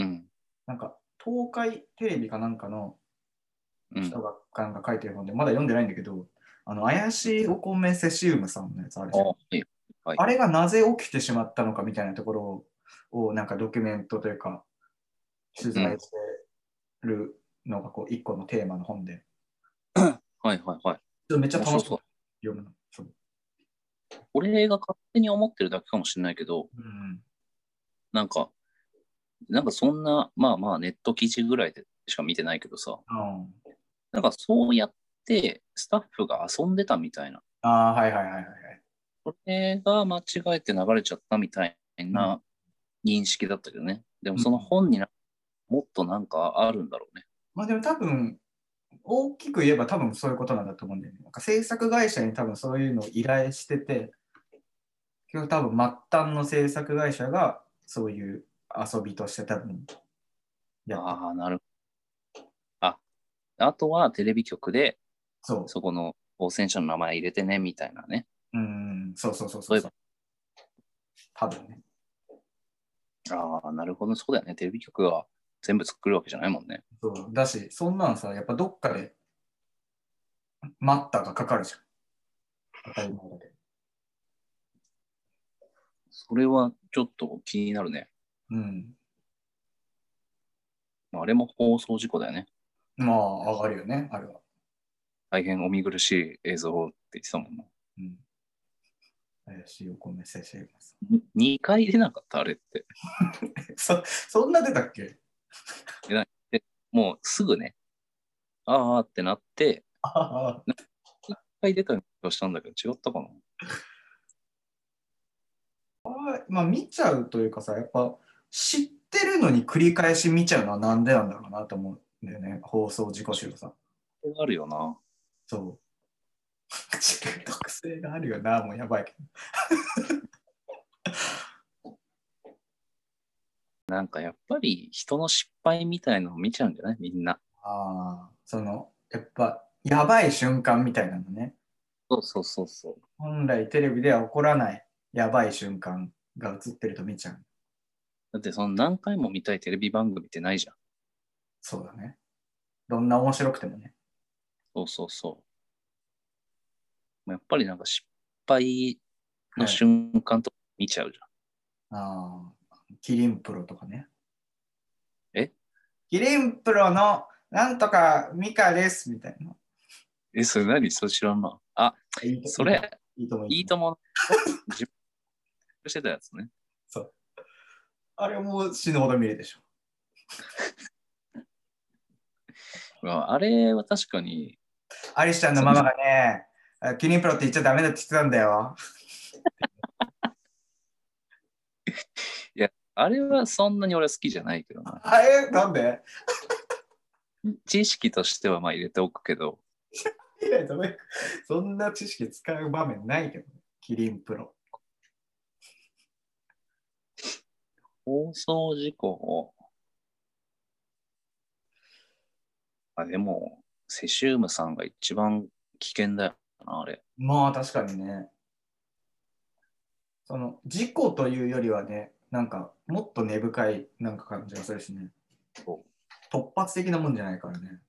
S4: うん。
S5: なんか東海テレビかなんかの
S4: うん
S5: 人。がなんか書いてる本でまだ読んでないんだけどあの怪しいお米セシウムさんのやつある
S4: あ
S5: じゃん
S4: はいはい
S5: あれがなぜ起きてしまったのかみたいなところをなんかドキュメントというか取材してるのがこう一個のテーマの本で
S4: はいはいはい。
S5: ちょっとめっちゃ楽
S4: 面
S5: し
S4: 白そ
S5: い
S4: う
S5: 読むの。そう
S4: 俺が勝手に思ってるだけかもしれないけど、
S5: うん
S4: なんか、なんかそんな、まあまあネット記事ぐらいでしか見てないけどさ、
S5: うん
S4: なんかそうやってスタッフが遊んでたみたいな。
S5: ああはいはいはいはいはい。
S4: それが間違えて流れちゃったみたいな認識だったけどね。でもその本になもっとなんかあるんだろうね。
S5: まあでも多分、大きく言えば多分そういうことなんだと思うんだよね。なんか制作会社に多分そういうのを依頼してて、結局多分末端の制作会社がそういう遊びとして多分やった。
S4: ああ、なるあ、あとはテレビ局で
S5: そう。
S4: そこの当選者の名前入れてねみたいなね。
S5: うん、そうそうそうそう
S4: そういえば
S5: 多分ね。
S4: ああ、なるほど。そうだよね。テレビ局が全部作るわけじゃないもんね。
S5: そうだし、そんなんさ、やっぱどっかで待ったがかかるじゃん。当たり前だけど
S4: それはちょっと気になるね。
S5: うん。
S4: まああれも放送事故だよね。
S5: まあ、上がるよね、あれは。
S4: 大変お見苦しい映像って言ってたもんな。
S5: うん。怪しいお米先生がさ
S4: 2回出なかった、あれって。
S5: そそんな出たっけ
S4: もうすぐね、ああってなって、
S5: ああ
S4: 1回出たとしたんだけど、違ったかな。
S5: まあ見ちゃうというかさやっぱ知ってるのに繰り返し見ちゃうのはなんでなんだろうなと思うんだよね放送事故集さ
S4: それがあるよな。
S5: そう 特性があるよなもうやばいけ
S4: なんかやっぱり人の失敗みたいのを見ちゃうんじゃないみんな。
S5: どああそのやっぱやばい瞬間みたいなのね
S4: そうそうそうそう。
S5: 本来テレビでは起こらないやばい瞬間が映ってると見ちゃう
S4: だってその何回も見たいテレビ番組ってないじゃん。
S5: そうだねどんな面白くてもね
S4: そうそうそう。やっぱりなんか失敗の
S5: はい
S4: 瞬間とか見ちゃうじゃん。
S5: ああ、キリンプロとかね。
S4: え
S5: キリンプロのなんとかミカですみたいな。
S4: え、それ何それ知らんな。あ、
S5: いいと
S4: それ、
S5: いいと思
S4: いいとも。自分でしてたやつね。
S5: あれも死ぬほど見るでしょ。
S4: うわあれは確かに、
S5: アリスちゃんのママがね、あキリンプロって言っちゃダメだって言ってたんだよ。
S4: あれはそんなに俺は好きじゃないけどな。
S5: あれなんで
S4: 知識としてはまあ入れておくけど、
S5: いや、ダメ。そんな知識使う場面ないけど、キリンプロ。
S4: 放送事故を、あ、でも、セシウムさんが一番危険だよな、あれ。
S5: まあ確かにね。その事故というよりはね、なんかもっと根深いなんか感じがするしね
S4: そ。
S5: 突発的なもんじゃないからね。